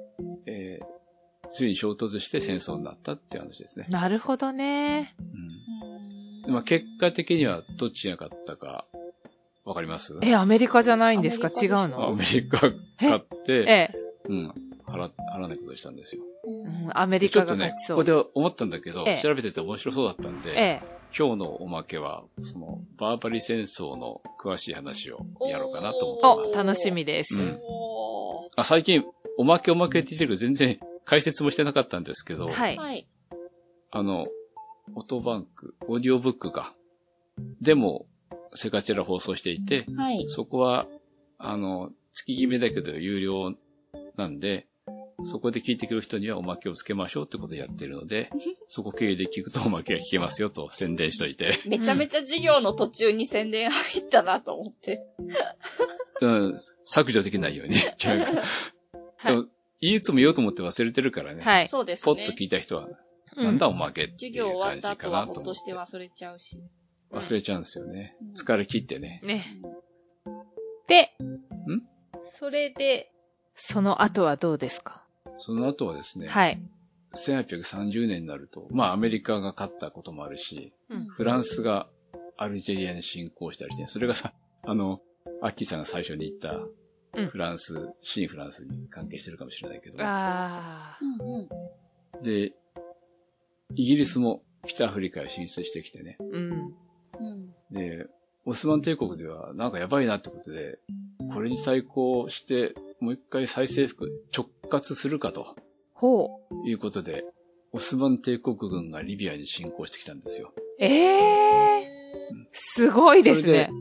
C: えー、ついに衝突して戦争になったっていう話ですね。
B: なるほどね。
C: うん
D: うん
C: まあ、結果的にはどっちが勝ったか、わかります
B: え、アメリカじゃないんですか
D: アメ
B: 違
D: リカでしょ
B: う
C: ア
B: の
C: メリカが勝って、
B: ええ、
C: うん、払、払わないことにしたんですよ。
B: うんアメリ
C: ちょ
B: カ
C: っと
B: が
C: ね
B: 勝ち、
C: こ
B: そ
C: こ
B: う。
C: で思ったんだけど
B: ええ、
C: 調べてて面白そうだったんで、
B: ええ、
C: 今日のおまけは、その、バーバリ戦争の詳しい話をやろうかなと思って
B: お
C: ます。、
B: 楽しみです。
C: うん
D: お
C: あ、最近、おまけおまけって言ってるけど、全然解説もしてなかったんですけど、
B: は
D: ー
B: い。
D: はい。
C: あの、オトバンク、オーディオブックか。でも、セカチェラ放送していて、
D: はい。
C: そこは、あの、月決めだけど有料なんで、そこで聞いてくる人にはおまけをつけましょうってことでやってる ので、そこ経由で聞くとおまけが聞けますよと宣伝しと いて。
D: めちゃめちゃ授業の途中に宣伝入ったなと思って。
C: うん、削除できないように。
B: は
C: で
B: い
C: も。いつも言おうと思って忘れてるからね。
B: はい。
D: そうです
C: ポ
D: ね。
C: ッと聞いた人は、
B: うん
C: なんだおまけってい
D: 授業
C: う
D: 終わ
C: 感
D: った
C: じか
D: 後
C: な
D: は
C: と
D: ほ
C: 思
D: っ
C: って
D: として忘れちゃうし。
C: 忘れちゃうんですよね
D: うん。
C: 疲れ切ってね。
B: ね。
D: うん
B: で、それで、その後はどうですか
C: その後はですね、
B: はい。
C: 1830年になると、まあアメリカが勝ったこともあるし、
B: うん
C: フランスがアルジェリアに侵攻したりして、それがさ、あの、アッキーさんが最初に言っ
B: うん
C: た、フランス、新フランスに関係してるかもしれないけど、
B: あ
D: うんうん。
C: で、イギリスも北アフリカへ進出してきてね
B: ー、、うん。
D: うん。
C: で、オスマン帝国ではなんかやばいなってことで、これに対抗して、もう一回再征服直轄するかと
B: ほう。
C: いうことで、オスマン帝国軍がリビアに侵攻してきたんですよ。
B: ええすごいです
C: それで
B: ね。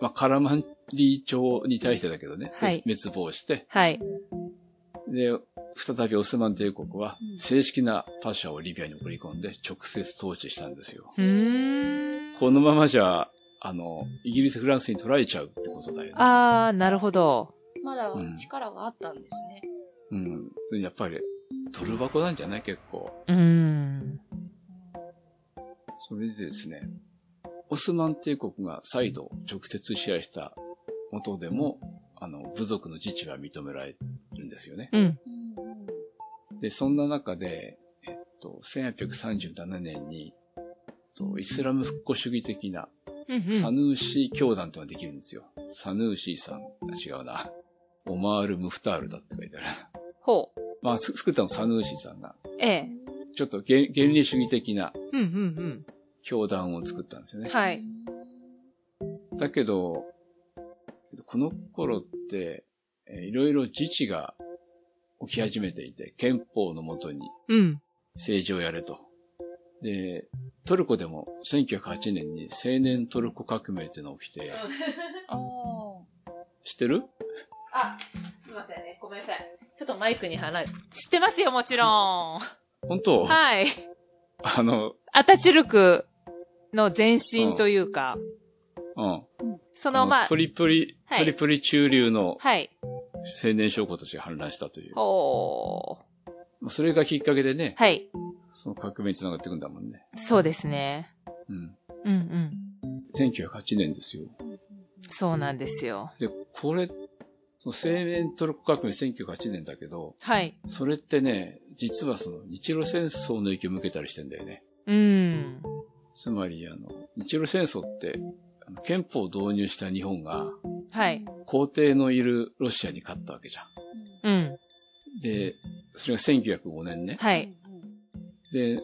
C: まあ、カラマンリー朝に対してだけどね、
B: はい
C: 滅亡して、
B: はい。
C: で、再びオスマン帝国は
D: うん
C: 正式なパシャをリビアに送り込んで直接統治したんですよ。
B: うーん。
C: このままじゃ、あの、イギリス、フランスに取られちゃうってことだよね。
B: あー、なるほど。
D: まだ力があったんですね。
C: うん。それやっぱり、取る箱なんじゃない結構。
B: うーん。
C: それでですね、オスマン帝国が再度直接支配した元でも、あの、部族の自治は認められるんですよね。
B: うん。
D: うんうん
C: で、そんな中で、えっと、1837年に、えっとイスラム復古主義的な
B: うん
C: サヌーシー教団っていうのができるんですよ。サヌーシーさん、違うな。オマール・ムフタールだって書いてあるな。
B: ほう。
C: まあ、す作ったのサヌーシーさんが、
B: ええ。
C: ちょっと原原理主義的な
B: うんうん
C: 教団を作ったんです
B: う
C: よ
B: ん。
C: ね。
B: はい。
C: だけど、この頃って、えーいろいろ自治が起き始めていて、憲法のもとに
B: うん。
C: 政治をやれと。で、トルコでも1908年に青年トルコ革命っていうのが起きて、
D: あー
C: 知ってる
B: あ、すいませんね。ごめんなさい。ちょっとマイクに離れ。知ってますよ、もちろん。
C: 本当、
B: はい。
C: あの、
B: アタチュルクの前身というか、
C: うん。
B: そ
C: あ
B: の、
C: の
B: まあ、
C: トリプリ、
B: はい
C: トリプリ中流の
B: はい。
C: 青年将校として反乱したという。
B: ほう。
C: まあそれがきっかけでね、
B: はい。
C: その革命につながっていくんだもんね。
B: そうですね。
C: うん。
B: うんうん。
C: 1908年ですよ。
B: そうなんですよ。
C: で、これ、その青年トルコ革命1908年だけど、
B: はい。
C: それってね、実はその日露戦争の影響を受けたりしてんだよね。
B: うん。
C: つまり、あの、日露戦争って、あの憲法を導入した日本が、
B: はい。。
C: 皇帝のいるロシアに勝ったわけじゃん。
B: うん。
C: で、それが1905年ね。
B: はい。
C: で、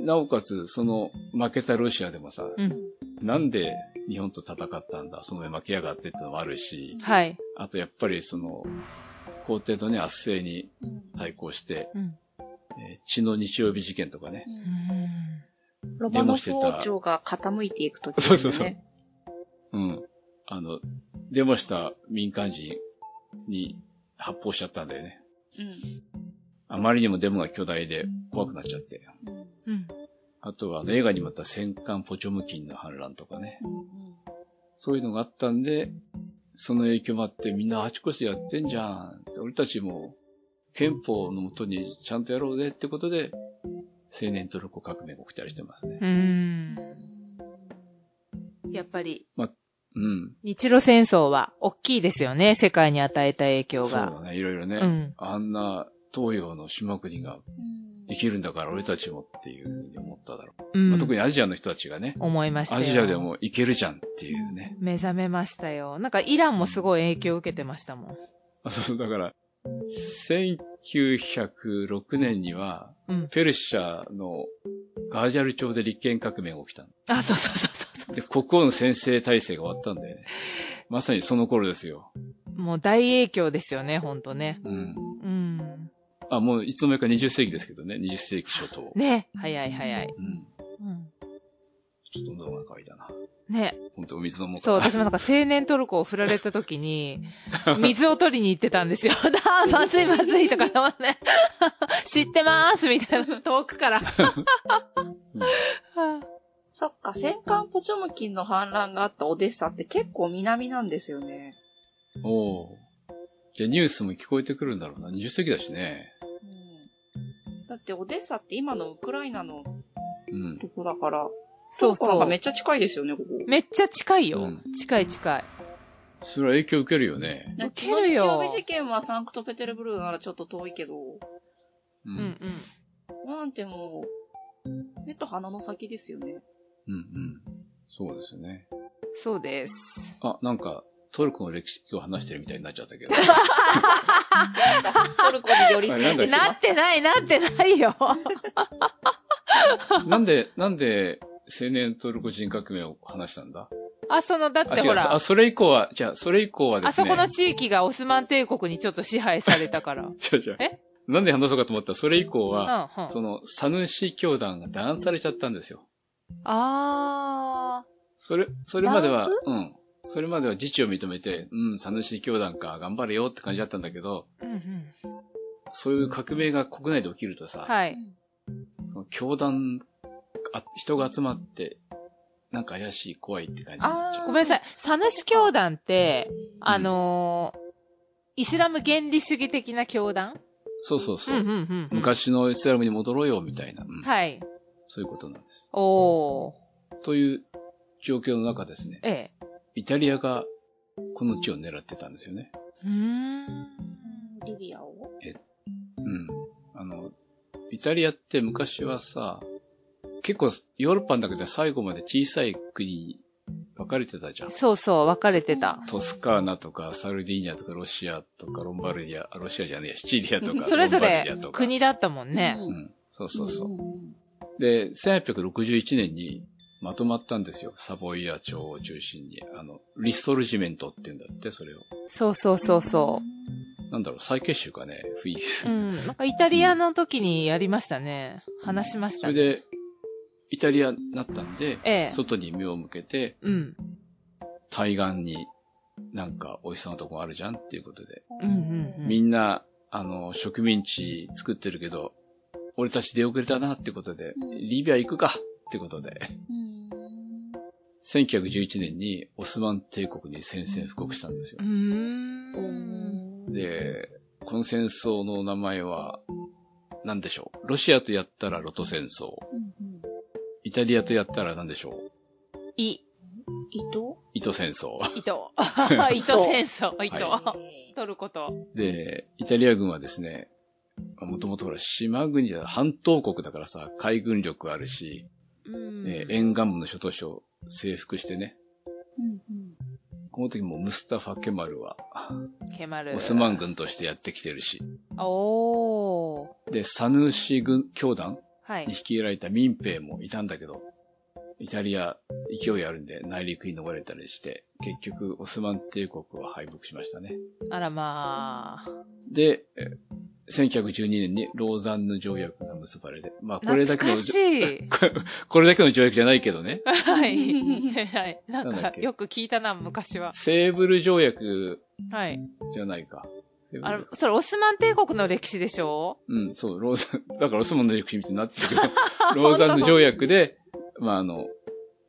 C: なおかつ、その、負けたロシアでもさ、
B: うん。
C: なんで日本と戦ったんだ、その上負けやがってってのもあるし、
B: はい。
C: あとやっぱりその、皇帝とね、圧政に
D: い。
C: 対抗して、
B: うん。
C: えー血の日曜日事件とかね。
D: ロマノフ王朝が傾いていくときです
C: そう
D: ね。
C: そうそう。うん。あの、デモした民間人に発砲しちゃったんだよね。あまりにもデモが巨大で怖くなっちゃって。
D: うん。う
B: う
D: ん
B: ん。
C: あとは、あの映画にもあった戦艦ポチョムキンの反乱とかね。
D: うん
C: そういうのがあったんで、その影響もあってみんなあちこちでやってんじゃんって。俺たちも憲法のもとにちゃんとやろうぜってことで、青年トルコ革命が起きたりしてますね。
B: うーん。やっぱり、
C: うん。
B: 日露戦争は大きいですよね、世界に与えた影響が。
C: そうだね、いろいろね。
B: うん。
C: あんな東洋の島国が
D: うん
C: できるんだから俺たちもっていうふうに思っただろ
B: う
C: う。
B: ん
C: まあ、特にアジアの人たちがね、
B: 思いましたよ。
C: アジアで。もいけるじゃんっていうね。
B: 目覚めましたよ。なんかイランもすごい影響を受けてましたもん。
C: あそうそう、だから、1906年には、
B: うん。
C: ペルシャのガージャル朝で立憲革命が起きたの
B: あ、そうそうそうそ
C: で、国王の先制体制が終わったんで、ね、まさにその頃ですよ。
B: う。もう大影響ですよね、ほんとね。
C: うん。
B: うん。
C: あ、もういつの間にか20世紀ですけどね、20世紀初頭。
B: ね。早い早い。
C: うん。
B: うん。
C: ちょっと喉が渇いたな。
B: ね。
C: ほんと、お水飲もうか
B: そう、
C: な。
B: 私もなんか青年トルコを振られた時に、水を取りに行ってたんですよ。 あーまずいまずいとか思って、 知ってまーすみたいな、遠くから。
D: そっか、戦艦ポチョムキンの反乱があったオデッサって結構南なんですよね。
C: おお。じゃあニュースも聞こえてくるんだろうな。20世紀だしね。
D: うんだってオデッサって今のウクライナの
C: うん。
D: とこだから、
B: そう
D: トル
B: そ
D: コがめっ
B: う。
D: ちゃ近いですよね、ここ。
B: めっちゃ近いよ。
C: うん
B: 近い近い。
C: それは影響受けるよね。
B: 受けるよ
D: チマノキオビ事件はサンクトペテルブルクならちょっと遠いけど、
C: う。
B: うんんうん。
D: なんてもう、目と鼻の先ですよね。
C: うんうん。そうですよね。
B: そうです。
C: あ、なんか、トルコの歴史を話してるみたいになっちゃったけど。
D: トルコに寄り添
C: あれなんだ
D: て
C: っけ
D: しま
B: な
D: う
B: ってない、なってないよ。
C: なんで、なんで、青年トルコ人革命を話したんだ
B: あ、その、だっ
C: あ、
B: て
C: 違
B: ほ
C: う。
B: ら、
C: あ、
B: あ
C: それ以降は、じゃあ、それ以降はです
B: そ
C: ね。
B: この地域がオスマン帝国にちょっと支配されたから。うん、うん。
C: 違う違う
B: え
C: なんで話そうかと思ったら、それ以降は、
B: あ
C: その、サヌーシー教団が弾圧されちゃったんですよ。
B: あ
C: それ、それまでは
D: 弾、
C: うん。それまでは自治を認めて、うん、サヌーシー教団か、頑張れよって感じだったんだけど、
B: ー。うんうん。
C: そういう革命が国内で起きるとさ、
B: はい。
C: その教団、あ人が集まって、なんか怪しい、怖いって感じになっちゃ
B: ご
C: う。
B: めんなさい。サヌシ教団って、あのーイスラム原理主義的な教団
C: そうそうそうう、
B: んうんうんうん。。
C: 昔のイスラムに戻ろうよ、みたいな、うん
B: はい。
C: そういうことなんです。
B: おー。
C: という状況の中ですね、
B: ええ。
C: イタリアがこの地を狙ってたんですよね。
B: うーん。
D: リビアを
C: うん。あの、イタリアって昔はさ、結構ヨーロッパの中では最後まで小さい国に分かれてたじゃん。
B: そうそう、分かれてた。
C: トスカーナとかサルディーニャとかロシアとかロンバルディア、あロシアじゃねえや、シチリアとか
B: それぞ
C: ロンバ
B: れ
C: ルディアとか。
B: 国だったもんね。
C: うん。そうそうそう。
D: ん
C: で、1861年にまとまったんですよ。サボイア朝を中心に。あの、リストルジメントって言うんだって、それを。
B: そうそうそうそ
C: なんだろう、再結集かね、フィギス。
B: う。うん。なんかイタリアの時にやりましたね。話しまし
C: そ
B: た
C: れ
B: ね。
C: で、イタリアになったんで、
B: ええ
C: 外に目を向けて、
B: うん。
C: 対岸になんか美味しそうなとこあるじゃんっていうことで。
B: うんうんうん
C: みんな、あの、植民地作ってるけど、俺たち出遅れたなってことで、リビア行くかってことで、1911年にオスマン帝国に宣戦布告したんですよ
B: う。ーん。
C: で、この戦争の名前は、何でしょう。ロシアとやったらロト戦争。イタリアとやったら何でしょう。
B: い、
D: 糸
C: 糸戦争。
B: 糸。糸戦争、糸。
D: え
B: トルコと。
C: で、イタリア軍はですね、もともとほら、島国だ、半島国だからさ、海軍力あるし、
B: うん
C: えー沿岸部の諸都市を征服してね、
D: ー
C: この時もムスタファ・ケマ ルは、
B: ケマル。
C: オスマン。軍としてやってきてるし、
B: おー。
C: で、サヌーシ軍教団
B: は
C: に
B: い。
C: 率いられた民兵もいたんだけど、イタリア、勢いあるんで内陸に逃れたりして、結局オスマン帝国は敗北しましたね。
B: あらま
C: で、えー1912年にローザンヌ条約が結ばれて、まあ
B: あ。
C: これだけの
B: 懐かしい。
C: これだけの条約じゃないけどね。
B: はい。はい。なん
C: なんだ
B: か
C: っ、け
B: よく聞いたな、昔は。
C: セーブル条約
B: はい。
C: じゃないか。セーブ
B: あ
C: ル
B: れ、それ、オスマン帝国の歴史でしょ
C: うん、そう、ローザン、だからオスマンの歴史みたいになって るけど、ローザンヌ条約で、まああの、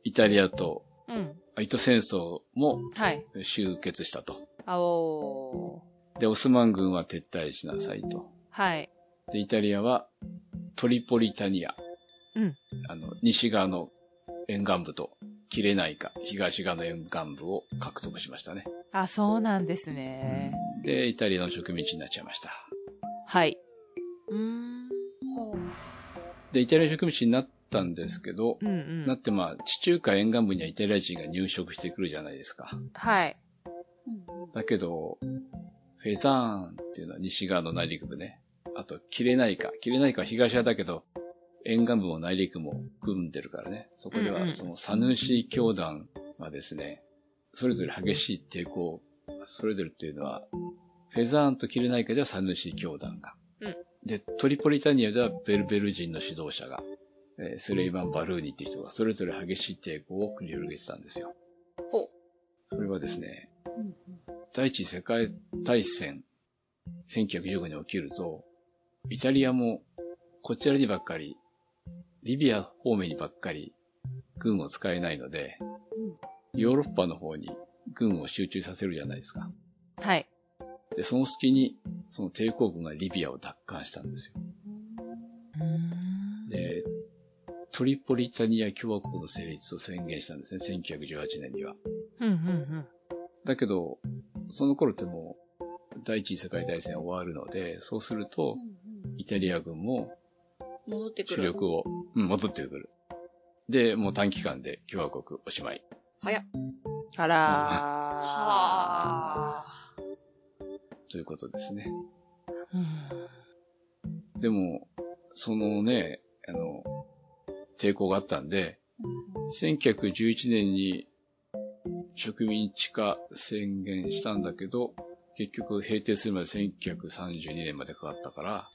C: イタリアと、
B: うん。
C: あ糸戦争も
B: はい。
C: 終結したと。
B: あおー。
C: で、オスマン軍は撤退しなさいと。
B: はい。
C: で、イタリアはトリポリタニア。
B: うん
C: あの、西側の沿岸部と切れないか、東側の沿岸部を獲得しましたね。
B: あ、そうなんですね。
C: で、イタリアの植民地になっちゃいました。
B: はい。うーん。ほう。
C: で、イタリアの植民地になったんですけど、
B: うんう
C: なっ
B: ん。
C: てまあ、地中海沿岸部にはイタリア人が入植してくるじゃないですか。
B: はい。
C: だけど、フェザーンっていうのは西側の内陸部ね。あと、切れないか。切れないかは東側だけど、沿岸部も内陸も組んでるからね。そこで
B: うんう
C: は、
B: ん
C: そのサヌーシー教団はですね、それぞれ激しい抵抗、それぞれっていうのは、フェザーンと切れないかではサヌーシー教団が。
B: うん
C: で、トリポリタニアではベルベル人の指導者が、えースレイマン・バルーニって人がそれぞれ激しい抵抗を繰り広げてたんですよ。
D: ほう
C: それはですね、第一次世界大戦、1915年に起きると、イタリアもこちらにばっかり、リビア方面にばっかり軍を使えないので、ヨーロッパの方に軍を集中させるじゃないですか。
B: はい。
C: で、その隙に、その抵抗軍がリビアを奪還したんですよ。
B: うーん
C: で、トリポリタニア共和国の成立を宣言したんですね、1918年には。
B: うんうん
C: だけど、その頃ってもう、第一次世界大戦終わるので、そうすると、イタリア軍も
D: 戻ってく
C: 主
D: る。
C: 力を、うん、戻ってくる。で、もう短期間で共和国おしまい。
D: 早っ。
B: うん。あらー。
D: は
C: ということですね。
B: うん
C: でも、そのね、あの、抵抗があったんで、1911年に植民地化宣言したんだけど、結局閉廷するまで1932年までかかったから、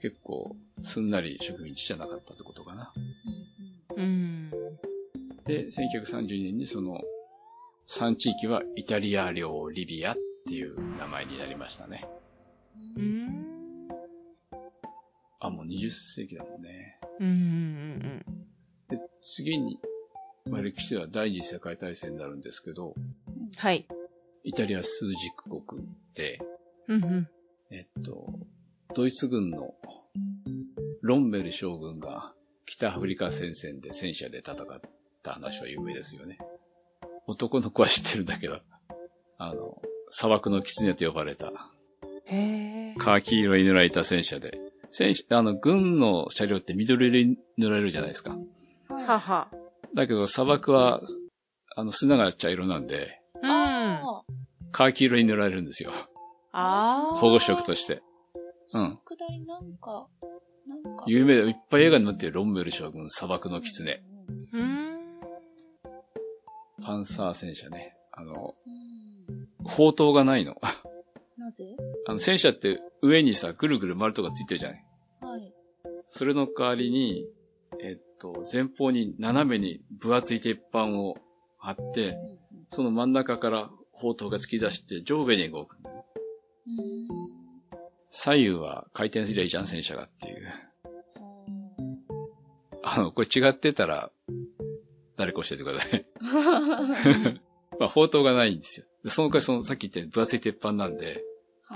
C: 結構すんなり植民地じゃなかったってことかな。
B: うん。
C: で、1932年にその3地域はイタリア領リビアっていう名前になりましたね。
B: うん。
C: あ、もう20世紀だもんね。
B: うんうん
C: で、次に、まあ、歴史では第二次世界大戦になるんですけど、
B: うん。はい。
C: イタリア数軸国で、
B: うんうん。
C: えっと、ドイツ軍のロンメル将軍が北アフリカ戦線で戦車で戦った話は有名ですよね。男の子は知ってるんだけど、あの、砂漠の狐と呼ばれた
B: へえ。
C: カキ色に塗られた戦車で、戦車、あの、軍の車両って緑色に塗られるじゃないですか。
B: はは。
C: だけど砂漠は、あの、砂が茶色なんで、
B: うん。あ
C: カーキ色に塗られるんですよ。
B: あー。
C: 保護色として。うん。
D: 下りなんか、なんか。
C: 有名だよ。いっぱい映画になってるロンメル将軍、砂漠の狐、
B: うん。
C: パンサー戦車ね。あの、
D: うん。
C: 砲塔がないの。
D: なぜ
C: あの、戦車って上にさ、ぐるぐる丸とかついてるじゃない。
D: はい。
C: それの代わりに、えっと、前方に斜めに分厚い鉄板を張って、その真ん中から砲塔が突き出して上下に動く。左右は回転すりゃいいじゃん、戦車がっていう。あの、これ違ってたら、誰か教えてください。まあ、砲塔がないんですよ。でその代わりその、さっき言ったように分厚い鉄板なんで、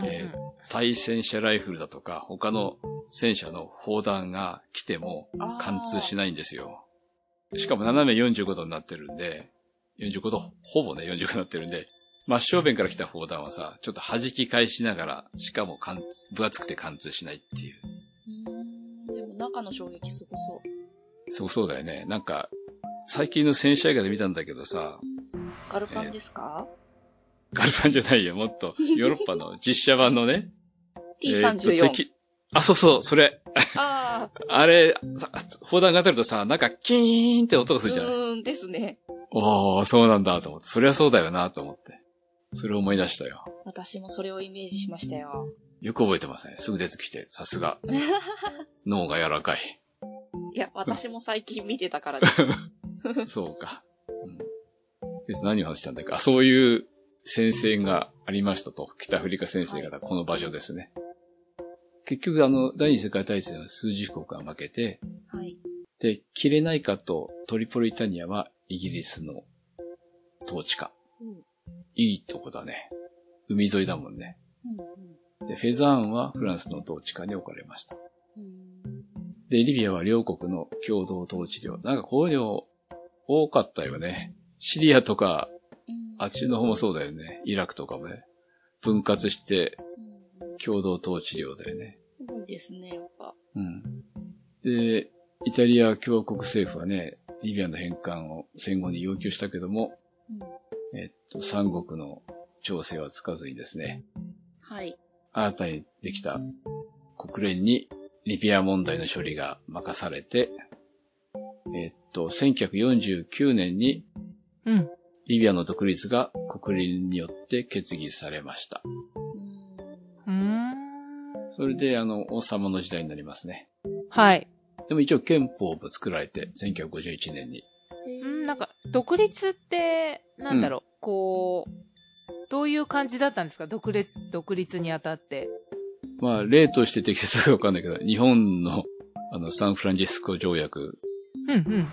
C: えー対戦車ライフルだとか、他の戦車の砲弾が来ても貫通し
D: ない。
C: ないんですよ。しかも斜め45度になってるんで、45度、ほぼね、45度になってるんで、真正面から来た砲弾はさ、ちょっと弾き返しながら、しかも貫通分厚くて貫通しないっていう。
D: うんでも中の衝撃すごそう。
C: そうそうだよね。なんか、最近の戦車映画で見たんだけどさ、
D: ガルパンですか、
C: ガルパンじゃないよ、もっと、ヨーロッパの実写版のね。えー
D: ?T34。
C: と敵あ、そうそう、それ。
D: ああ、
C: あれ、さ砲弾が当たるとさ、なんかキーンって音がす
D: う
C: るじゃない。
D: ーんですね。
C: おー、そうなんだと思って。そりゃそうだよなと思って。それを思い出したよ。
D: 私もそれをイメージしましたよ。
C: よく覚えてますね。すぐ出てきて、さす が。脳が柔らかい。
D: いや、私も最近見てたか らです。
C: そうか。うん。別に何を話したんだっけあ、そういう戦線がありましたと。北アフリカ先生がこの場所ですね。結局、あの、第二次世界大戦は数十国が負けて、
D: はい。
C: で、キレナイカとトリポリタニアはイギリスの統治下。
D: うん
C: いいとこだね。海沿いだもんね。
D: うん
C: で、フェザーンはフランスの統治下に置かれました。で、リビアは両国の共同統治領。なんかこういうの多かったよね。シリアとか、あっちの方もそうだよね。イラクとかもね。分割して共同統治領だよね。
D: すごいですね、やっぱ。
C: うん。で、イタリア共和国政府はね、リビアの返還を戦後に要求したけども、
D: うん
C: えっと、三国の調整はつかずにですね、
D: はい。
C: 新たにできた国連にリビア問題の処理が任されて、えっと、1949年に
B: うん。
C: リビアの独立が国連によって決議されました。
B: う
D: うん
B: ーん。
C: それで、あの、王様の時代になりますね。
B: はい。
C: でも一応憲法も作られて、1951年に。
B: うん、なんか、独立って、なんだろう、こう、どういう感じだったんですか独立、独立にあたって。
C: まあ、例として適切かわかんないけど、日本の、あの、サンフランシスコ条約、
B: うん、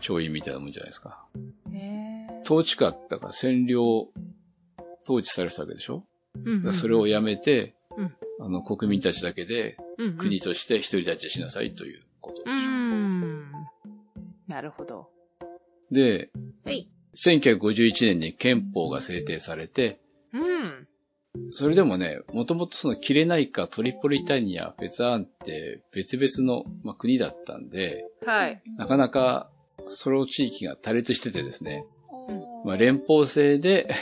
C: 調印みたいなもんじゃないですか。
B: うん。へー
C: 統治下だから占領、統治されてたわけでしょ
B: うん
C: だ
B: うん
C: からそれをやめて、
B: うん
C: あの、国民たちだけで、
B: うんうん
C: 国として独り立ちしなさいということで
B: う
C: しょ。
B: ん。なるほど。
C: で、
D: はい
C: 1951年に憲法が制定されて、
B: うん。
C: それでもね、もともとその切れないかトリポリタニア、フェザーンって別々の、まあ、国だったんで、
B: はい。。
C: なかなかその地域が多裂しててですね、
D: うん
C: まあ、連邦制で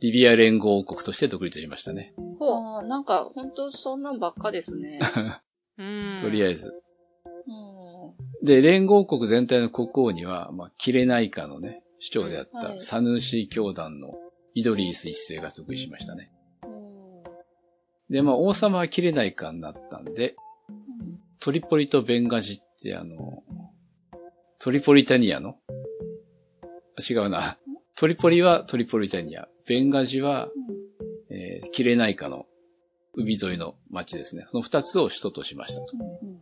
C: リビア連合王国として独立しましたね。
B: ほう。
D: あーなんか、本当そんなんばっかですね。
B: うん。
C: とりあ
B: え
C: えず。
D: うん
C: で、連合王国全体の国王には、まあ、切れないかのね、首長であっ
D: は
C: た
D: い
C: サヌーシー教団のイドリース一世が即位しましたね。
D: うん
C: で、まあ、王様は切れないかになったんで、トリポリとベンガジってあの、トリポリタニアのあ違うな。トリポリはトリポリタニア。ベンガジは、えーキレナイカの海沿いの町ですね。その二つを首都としましたと。
D: うん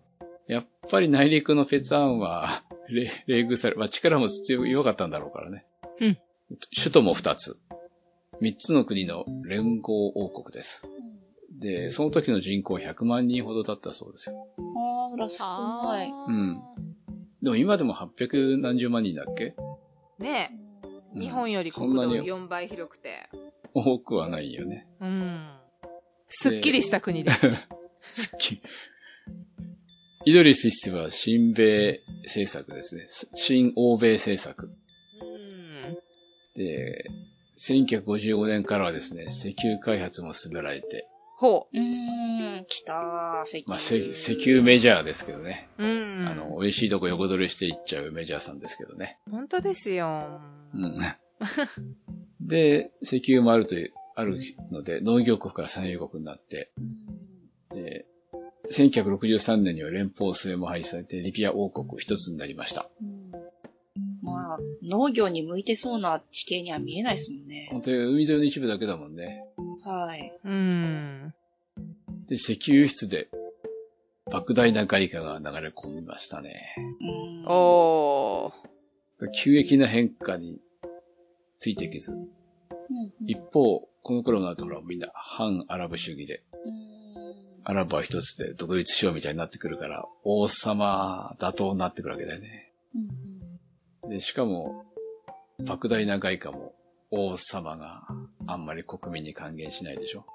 C: やっぱり内陸のフェツアンは、 れ冷遇され、まあ、力も強い弱かったんだろうからね。
B: うん
C: 首都も二つ。三つの国の連合王国です。で、その時の人口100万人ほどだったそうですよ。
D: ああ、ら少ない。
C: うんでも今でも800何十万人だっけ
B: ね
C: う
B: え、
C: ん
B: 日本より
C: そ
B: 国
C: ん
B: 土
C: なに
B: 4倍広くて。
C: 多くはないよね。
B: うん。すっきりした国です。
C: すっきり。イドリス一世は新米政策ですね。新欧米政策。
B: うん。
C: で、1955年からはですね、石油開発も進められて、
B: ほ
D: うーん、来たー、石油。
C: まあ、せ石油メジャーですけどね。
B: う。うん。
C: あの、美味しいとこ横取りしていっちゃうメジャーさんですけどね。
B: 本当ですよ。
C: うん。で、石油もあるという、あるので、農業国から産油国になって、で、1963年には連邦制も廃止されて、リビア王国一つになりました。
D: うんまあ、農業に向いてそうな地形には見えないですもんね。
C: 本当に海沿いの一部だけだもんね。
D: はい。
B: うん。
C: で、石油輸出で、莫大な外貨が流れ込みましたね。
D: うん
B: おー。
C: 急激な変化についていけず。
D: うんうん
C: 一方、この頃になるとほらみんな反アラブ主義で、
D: うん
C: アラブは一つで独立しようみたいになってくるから、王様妥当になってくるわけだよね。
D: うん
C: で、しかも、莫大な外貨も王様があんまり国民に還元しないでしょ。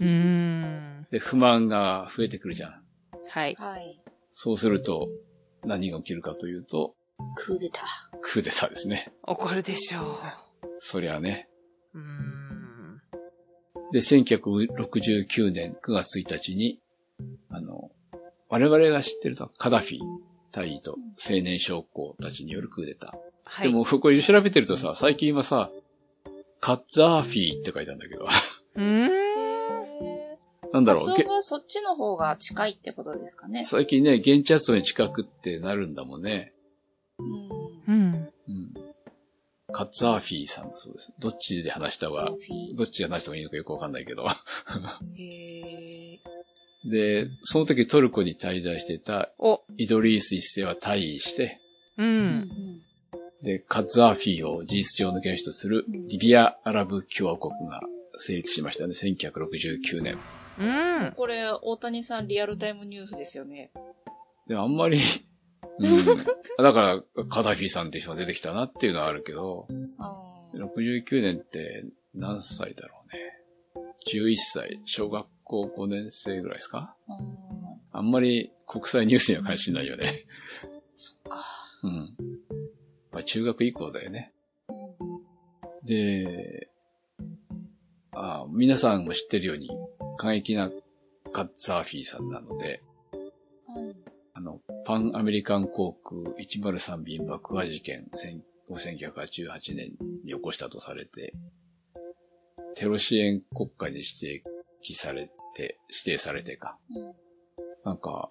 B: うーん。
C: で、不満が増えてくるじゃん。
B: はい。
D: はい。
C: そうすると、何が起きるかというと、
D: クーデター。
C: クーデターですね。
B: 怒るでしょ
C: そりゃね。
B: う。うーん。
C: で、1969年9月1日に、あの、我々が知ってるのはカダフィ大尉と青年将校たちによるクーデター。
B: はい。
C: でも、これ調べてるとさ、最近はさ、カッザーフィーって書いたんだけど、
B: うーん。
C: なんだ
D: カ
C: ろ
D: ツ
C: う
D: オ
C: げ、
D: がそっちの方が近いってことですかね。
C: 最近ね、現地発音に近くってなるんだもんね。
D: うん。
B: うん。
C: うん。カッザーフィーさんだそうです。どっちで話したは
D: ソ、フィー
C: どっちで話した方がいいのかよくわかんないけど。
D: へー
C: で、その時トルコに滞在していた
B: お。
C: イドリース一世は退位して、
B: う。
D: うん
C: で、カッザーフィーを事実上の元首とするリビア・アラブ共和国が成立しましたね、1969年。
B: うん。
D: これ、大谷さんリアルタイムニュースですよね。
C: で、あんまり、うん。だから、カダフィさんって人が出てきたなっていうのはあるけど、
D: あー
C: 69年って何歳だろうね。11歳、小学校5年生ぐらいですか
D: あー
C: あんまり国際ニュースには関心ないよね。うん。まあ中学以降だよね。で、あ皆さんも知ってるように、過激なカッツァーフィーさんなので、
D: はい
C: あの、パンアメリカン航空103便爆破事件、1988年に起こしたとされて、テロ支援国家に指定されて、指定されてか。
D: うん
C: なんか、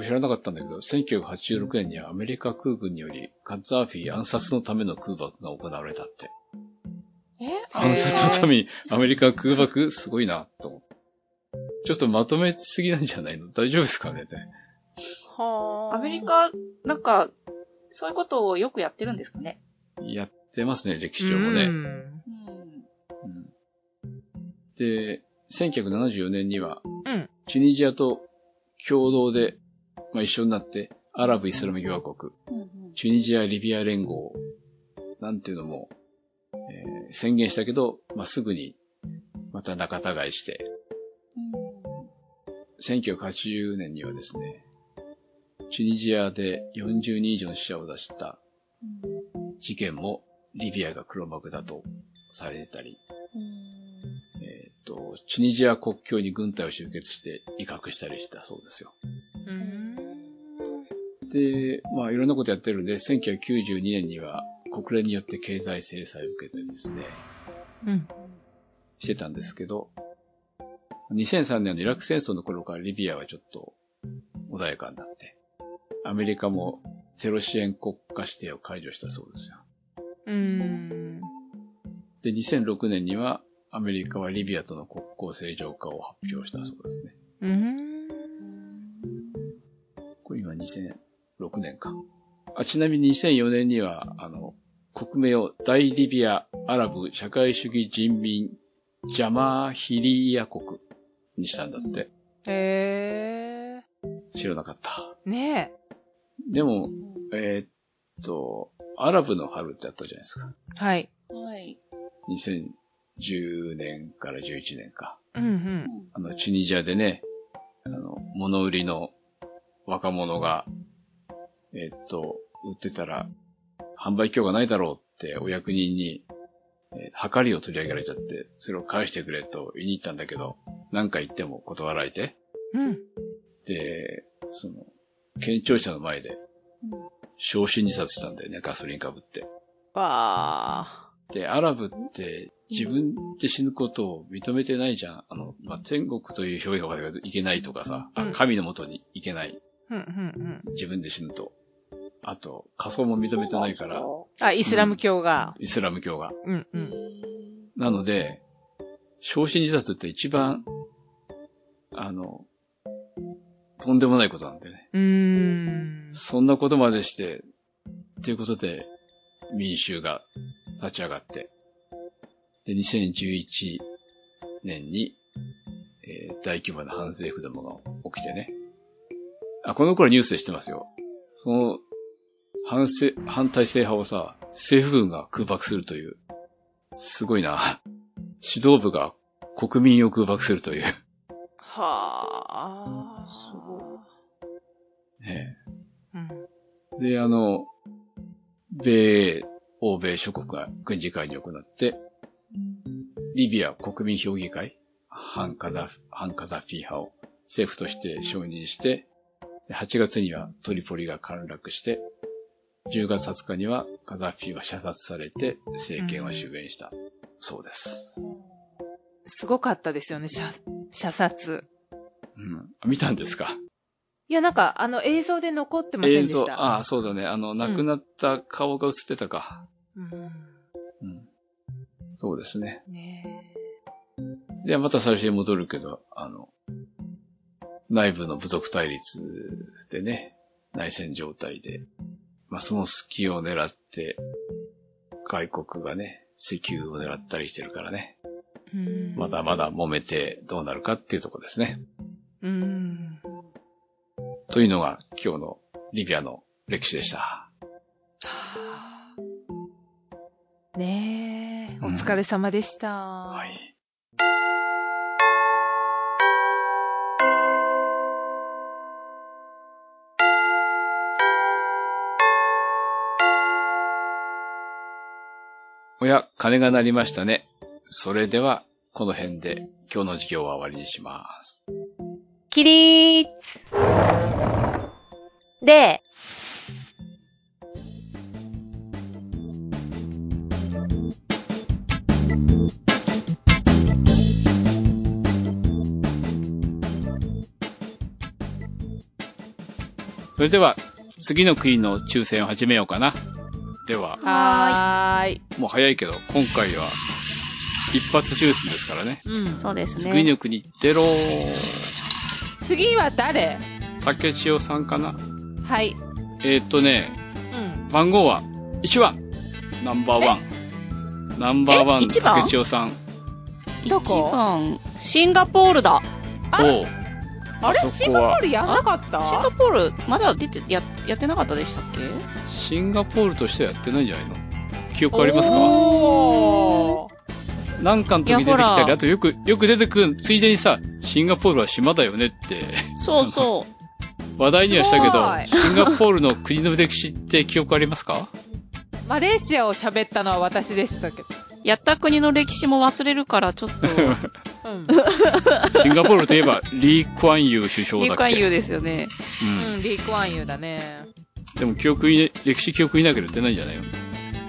C: 知らなかったんだけど、1986年にはアメリカ空軍により、カッツァーフィー暗殺のための空爆が行われたって。
D: え
C: 暗殺のためにアメリカ空爆すごいな、と思って。ちょっとまとめすぎなんじゃないの大丈夫ですかねって
B: は
D: アメリカ、なんか、そういうことをよくやってるんですかね。
C: やってますね、歴史上もね。
B: うん。
D: うん。
C: うんで、1974年には、
B: うん
C: チュニジアと共同で、まあ、一緒になって、アラブ・イスラム共和国、
D: うんうん
C: チュニジア・リビア連合、なんていうのも、えー宣言したけど、まあ、すぐに、また仲違いして、1980年にはですね、チュニジアで40人以上の死者を出した事件もリビアが黒幕だとされてたり、えっ、と、チュニジア国境に軍隊を集結して威嚇したりしたそうですよ。
B: うん。
C: で、まあいろんなことやってるんで、1992年には国連によって経済制裁を受けたりですね、
B: うん。
C: してたんですけど、2003年のイラク戦争の頃からリビアはちょっと穏やかになって、アメリカもテロ支援国家指定を解除したそうですよ。
B: うん。
C: で、2006年にはアメリカはリビアとの国交正常化を発表したそうですね。これ今2006年か。あ、ちなみに2004年には、あの、国名を大リビアアラブ社会主義人民ジャマーヒリーヤ国にしたんだって。
B: へえ。
C: 知らなかった。
B: ね
C: でも、えーっと、アラブの春ってあったじゃないですか。
B: え。はい。
D: はい。
C: 2010年から11年か。
B: うんうん。
C: あの、チュニジアでね、あの、物売りの若者が、えっと、売ってたら、販売許可ないだろうってお役人に、えー、量りを取り上げられちゃって、それを返してくれと言いに行ったんだけど、何回言っても断られて、
B: うん。
C: で、その、県庁舎の前で、焼身自殺したんだよね、ガソリンかぶって。
B: わあ。
C: で、アラブって自分で死ぬことを認めてないじゃん。あの、まあ、天国という表現がわかんないけどいけないとかさ、あ
B: うん
C: 神のもとに行けない。
B: うんうんうん。
C: 自分で死ぬと。あと、仮想も認めてないから、
B: あ、イスラム教が。
C: イスラム教が。
B: うんう。
D: うんん。
C: なので、焼身自殺って一番、あの、とんでもないことなんでね。
B: うーん。
C: そんなことまでして、ということで、民衆が立ち上がって、で、2011年に、えー大規模な反政府デモが起きてね。あ、この頃ニュースで知ってますよ。その、反政、反体制派をさ、政府軍が空爆するという、すごいな。指導部が国民を空爆するという。
B: はあ。
D: すごい
C: ね
B: うん。
C: で、あの、米、欧米諸国が軍事介入を行って、リビア国民評議会、ハンカザフ、ハンカザフィー派を政府として承認して、8月にはトリポリが陥落して、10月20日にはカザフィーは射殺されて政権は終焉した。そうです。
B: すごかったですよね、射、射殺。
C: うん。あ見たんですか
B: いや、なんか、あの、映像で残ってません
C: 映
B: でし
C: 像、
B: た。
C: ああ、そうだね。あの、亡くなった顔が映ってたか。
B: うん。
C: うん。そうですね。
B: ね
C: で、また最初に戻るけど、あの、内部の部族対立でね、内戦状態で、まあ、その隙を狙って、外国がね、石油を狙ったりしてるからね。
B: え。うん
C: まだまだ揉めてどうなるかっていうところですね。
B: うん。
C: というのが今日のリビアの歴史でした。
B: はあねえ、
C: うん
B: お疲れ様でした。
C: はい。おや、鐘が鳴りましたね。それでは、この辺で今日の授業は終わりにします。
E: 起立で、
C: それでは、次のクイーンの抽選を始めようかな。では、
B: はーい。
C: もう早いけど、今回は一発抽選ですからね。
B: うん。
D: そうです
C: 次
D: ね。
C: の国行ってろー。
B: 次は誰
C: 竹千代さんかな
B: はい。
C: えーっとね、
B: うん。
C: 番号は1番。ナンバーワン。ナンバーワ
D: え
C: ン、
D: 一番
C: 竹千代さん。
B: ど
D: 一
B: こ
D: 番、シンガポールだ。
B: あ
C: おう
B: あれ
C: あそこは
B: シンガポールやんなかった
D: シンガポール、まだ出て、や、やってなかったでしたっけ
C: シンガポールとしてはやってないんじゃないの記憶ありますか
B: おー。
C: なんかの時出てき
D: いや
C: た
D: ほ
C: り、
D: ら
C: あとよく、よく出てくる、ついでにさ、シンガポールは島だよねって
D: そうそう。
C: 話題にはしたけど、
B: す
C: シンガポールの国の歴史って記憶ありますか
B: マレーシアを喋ったのは私でしたけど。
D: やった国の歴史も忘れるから、ちょっと、
B: うん。
C: シンガポールといえば、リー・クワンユー首相
D: 理
C: だっけ
D: 解言うですよね。
C: うん
B: うん、リークワンユーだね。
C: でも記憶に、歴史記憶になきゃやってないんじゃないよ。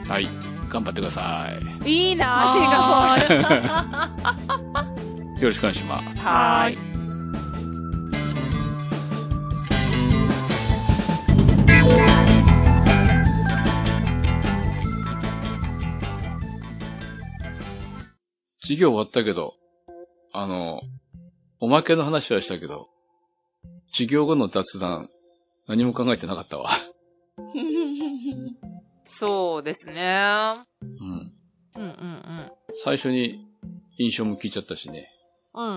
C: はい。頑張ってください。
B: いいなシンガポール。
C: よろしくお願いします。
B: は
D: は
B: ー
D: ー
B: い。
C: 授業終わったけど、あの、おまけの話はしたけど、授業後の雑談、何も考えてなかったわ。
B: そうですね。
C: うん。
B: うんうん
C: 最初に印象も聞いちゃったしね。
B: うん。うん。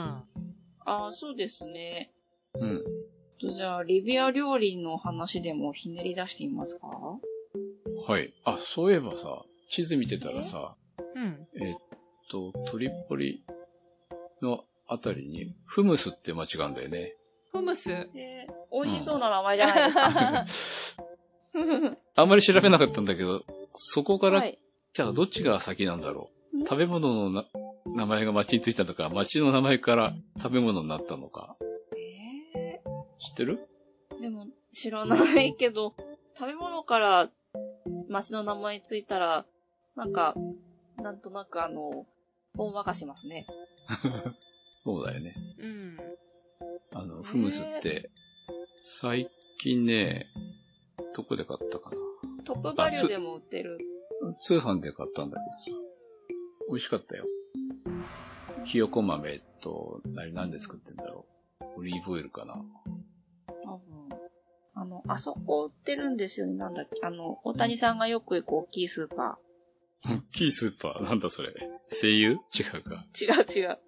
D: ああ、そうですね。
C: うん。
D: とじゃあ、リビア料理の話でもひねり出してみますか
C: はい。あ、そういえばさ、地図見てたらさ、
B: うん。
C: えっと、トリポリのあたりに、フムスって間違うんだよね。
B: フムス。
D: えー、美味しそうな名前じゃないですか。
C: あんまり調べなかったんだけど、そこから、
D: はい。
C: じゃあどっちが先なんだろ
D: ん
C: う。食べ物のな名前が町についたのか、町の名前から食べ物になったのか。
D: え
C: 知ってる
D: ー、でも、知らないけど、食べ物から街の名前ついたら、なんか、なんとなくあの、ほんわかしますね。
C: そうだよね。
B: うん。
C: あの、フムスって、最近ね、どこで買ったかな。
D: トップバリューでも売ってる。
C: 通販で買ったんだけどさ。美味しかったよ。ひよこ豆と、あれなんで作ってんだろう。オリーブオイルかな。
D: 多分あの、あそこ売ってるんですよね。なんだっけ。あの、大谷さんがよく行く大きいスーパ
C: 大きいスーパー。なんだそれ。声優違うか。
D: ー。違う違う。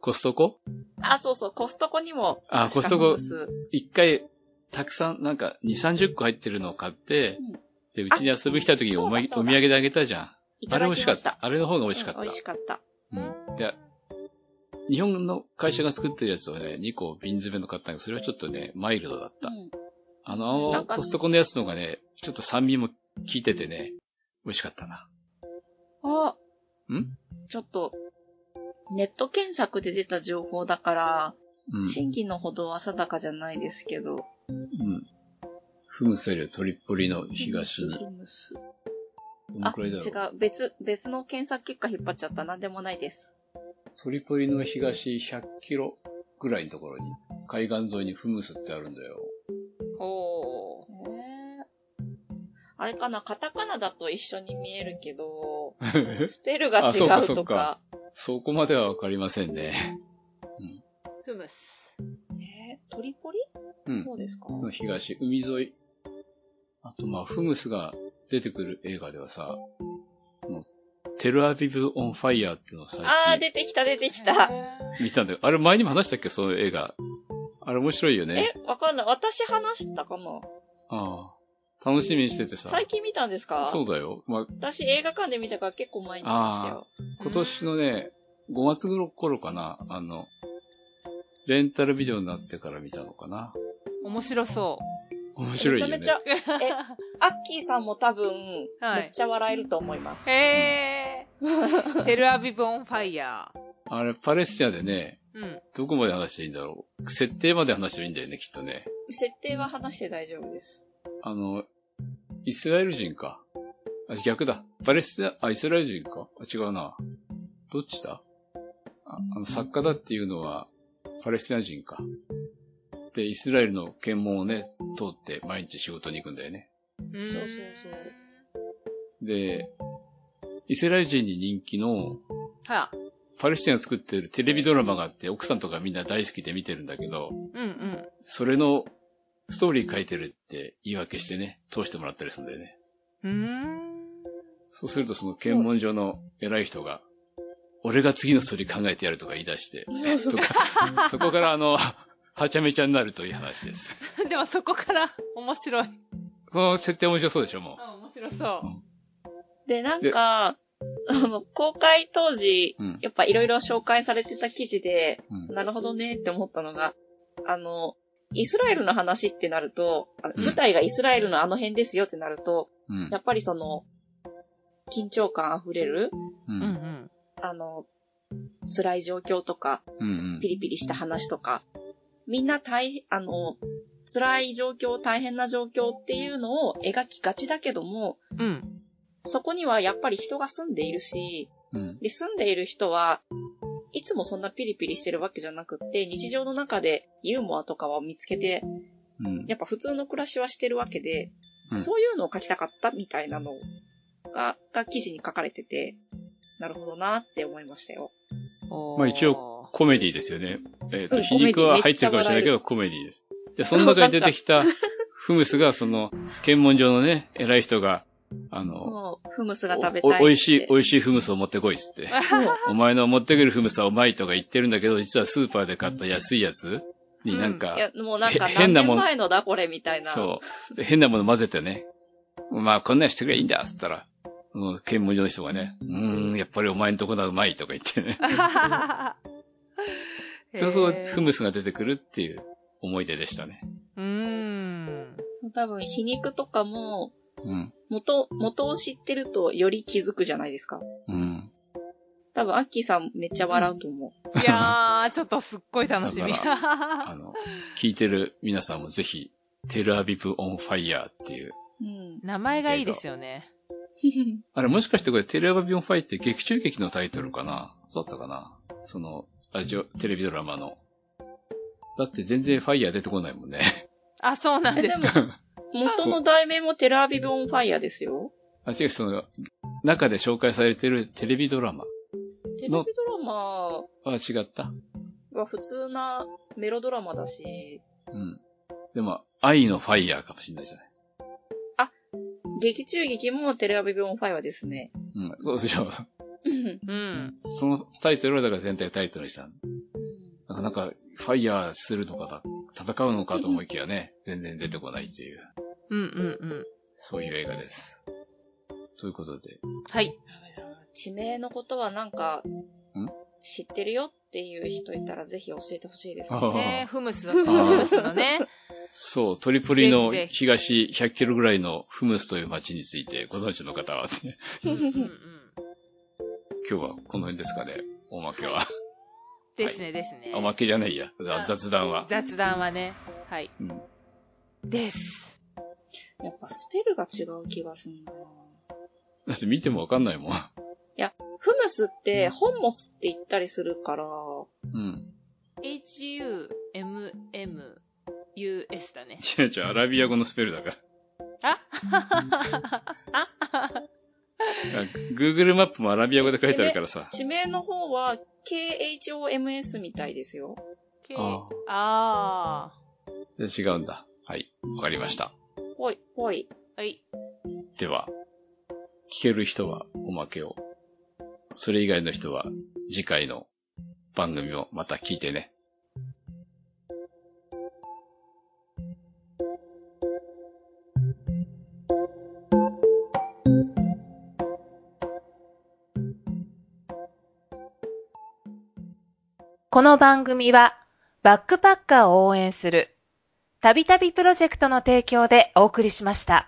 C: コストコ
D: あ、そうそう、コストコにも。
C: あ
D: 確か
C: コストコ
D: フムス
C: 一回、たくさん、なんか、二、三十個入ってるのを買って
D: うん、
C: で、うちに遊びに来た時におま
D: あそうだそう
C: お土
D: だ
C: 産であげたじゃん。
D: い
C: あ
D: た
C: れ
D: だ
C: 美
D: き
C: 味し
D: ま
C: かっ
D: したた。。
C: あれの方が美味しかった。
D: うん美味しかった。
C: うん。で、日本の会社が作ってるやつをね、2個瓶詰めの買ったんだけど、それはちょっとね、マイルドだった。
D: うん
C: あの、
D: なんか
C: コストコのやつのがね、ちょっと酸味も効いててね、美味しかったな。
D: あ、
C: ん
D: ちょっと、ネット検索で出た情報だから、
C: うん。
D: 真偽のほどは定かじゃないですけど。
C: うん。フムセルトリポリの東に。
D: フムス
C: どの
D: あ、
C: くら
D: 違
C: いだろう。
D: う。別、別の検索結果引っ張っちゃった。なんでもないです。
C: トリポリの東100キロぐらいのところに、海岸沿いにフムスってあるんだよ。
B: ほ
D: へーあれかな、カタカナだと一緒に見えるけど、スペルが
C: あ
D: 違
C: そうか
D: う
C: そ
D: と
C: うか
D: か。
C: そこまではわかりませんね。
B: う。フムス。
D: えー、トリポリ
C: うん。
D: そうですか
C: の東、海沿い。あと、まあ、フムスが出てくる映画ではさ、もうテルアビブ・オン・ファイヤーっていうのを最
D: あ
C: 近
D: ー、出てきた、出てきた。
C: 見てたんだけど、あれ前にも話したっけその映画。あれ面白いよね
D: え。、わかんない。私話したかな
C: ああ楽しみにしててさ。
D: 最近見たんですか
C: そうだよ。まあ、
D: 私映画館で見たから結構前に見ましたよ。
C: 今年のね、5月頃かな、あの、レンタルビデオになってから見たのかな。
B: 面白そ
C: 面白いよね。
D: めちゃめち ゃ、え、アッキーさんも多分、
B: はい
D: めっちゃ笑えると思います。
B: う。へー。テルアビブオンファイヤ
C: あれ、パレスチナでね、
B: ー。うん。
C: どこまで話していいんだろう。設定まで話してもいいんだよね、きっとね。
D: 設定は話して大丈夫です。
C: あの、イスラエル人か。あ、逆だ。パレスチナ、あ、イスラエル人か。あ、違うな。どっちだああの、作家だっていうのは、パレスチナ人か。で、イスラエルの検問をね、通って毎日仕事に行くんだよね。
B: うん
D: そうそうそう
C: で、イスラエル人に人気の、
B: はあ。
C: パレスチナが作ってるテレビドラマがあって、奥さんとかみんな大好きで見てるんだけど、
B: うんうん。
C: それのストーリー書いてるって言い訳してね、通してもらったりするんだよね。
B: うーん。
C: そうするとその検問所の偉い人が、俺が次のストーリー考えてやるとか言い出して、
D: そうそう
C: とか そこからあの、はちゃめちゃになるという話です。
B: でもそこから面白い。
C: この設定面白そうでしょ、も
B: うん、面白そう。
D: で、なんか、あの、公開当時、
C: う。うん。
D: やっぱいろいろ紹介されてた記事で、
C: うん
D: なるほどねって思ったのが、あの、イスラエルの話ってなると、あの
C: うん
D: 舞台がイスラエルのあの辺ですよってなると、
C: うん
D: や。っぱりその、緊張感あふれる、
C: う。
B: うんうんん。
D: あの、辛い状況とか、
C: うん
D: ピ。リピリした話とか、みんな大、あの、辛い状況、大変な状況っていうのを描きがちだけども、
B: うん。
D: そこにはやっぱり人が住んでいるし、
C: うん。
D: で、住んでいる人はいつもそんなピリピリしてるわけじゃなくって、日常の中でユーモアとかを見つけて、
C: うん。
D: やっぱ普通の暮らしはしてるわけで、
C: うん
D: そういうのを書きたかったみたいなのが、が記事に書かれてて、なるほどなって思いましたよ。
C: まあ一応、コメディですよね。えっ、と、
D: うん
C: 皮肉は入ってるかもしれないけど、コメディです。で、その中に出てきた、フムスが、その、検問所のね、偉い人が、あの、
D: そう、フムスが食べたいっ
C: お
D: て。
C: おいしい、美味しいフムスを持ってこいっつって。
D: そう
C: お前の持ってくるフムスはうまいとか言ってるんだけど、実はスーパーで買った安いやつになん
D: い
C: か
D: や、、もうなんか
C: へ変
D: 何
C: な
D: 年
C: もん
D: 前のだこれみたいな。
C: そう、で変なもの混ぜてね。まあ、こんなんしてくればいいんだっつったら、その検問所の人がね、うーん、やっぱりお前のとこのはうまいとか言ってね。そうそう、フムスが出てくるっていう思い出でしたね。
B: うーん。
D: 多分皮肉とかも、
C: うん。
D: 元、元を知ってるとより気づくじゃないですか。
C: うん。
D: 多分アッキーさんめっちゃ笑うと思う。
B: いやー、ちょっとすっごい楽しみ。
C: だあの、聞いてる皆さんもぜひ、テルアビブオンファイヤーっていう。
D: うん。
B: 名前がいいですよね。
C: あれもしかしてこれテルアビブオンファイって劇中劇のタイトルかなそうだったかなその、ラジオ、テレビドラマの。だって全然ファイヤー出てこないもんね。
B: あ、そうなん
D: え
B: で。
D: ですも、元の題名もテルアビブオンファイヤーですよ。
C: あ、違う、その、中で紹介されてるテレビドラマ。
D: テレビドラマ
C: あ、違った
D: は普通なメロドラマだし、
C: うん。でも、愛のファイヤーかもしれないじゃない。
D: 劇中劇もテルアビブオンファイヤーですね。
C: うん、そうでしょ。
D: うん
B: うん。
C: そのタイトルはだから全体タイトルにしたのなんか、なんかファイヤーするのかだ、戦うのかと思いきやね、全然出てこないっていう、
B: うんうんうん。
C: そういう映画です。ということで、
B: はい。
D: 地名のことはなんか、知ってるよっていう人いたらぜひ教えてほしいです ね。
C: あー
B: ねフムス、フムスのね。
C: そう、トリポリの
B: ぜひぜひ
C: 東100キロぐらいのフムスという街についてご存知の方は、ね、
B: うんうんうん
C: 今日はこの辺ですかね、おまけ は。
B: ですね、ですね。
C: おまけじゃないや、
B: はい
C: 雑談は。
B: 雑談はね。はい。
C: うん、
B: です。
D: やっぱスペルが違う気がするな。
C: だって見てもわかんないもん。
D: フムスって、ホンモスって言ったりするから、
C: うん。
B: hummus だね。
C: 違う違う、アラビア語のスペルだから。
B: ああ
C: あ Google マップもアラビア語で書いてあるからさ。
D: 地名の方は KHOMS みたいですよ。
B: け
C: あ
B: あ
C: 違うんだ。はい、わかりました。
D: ほい、ほい。
B: ー。はい。
C: では、聞ける人はおまけを。それ以外の人は次回の番組をまた聞いてね。
B: この番組は、バックパッカーを応援する、たびたびプロジェクトの提供でお送りしました。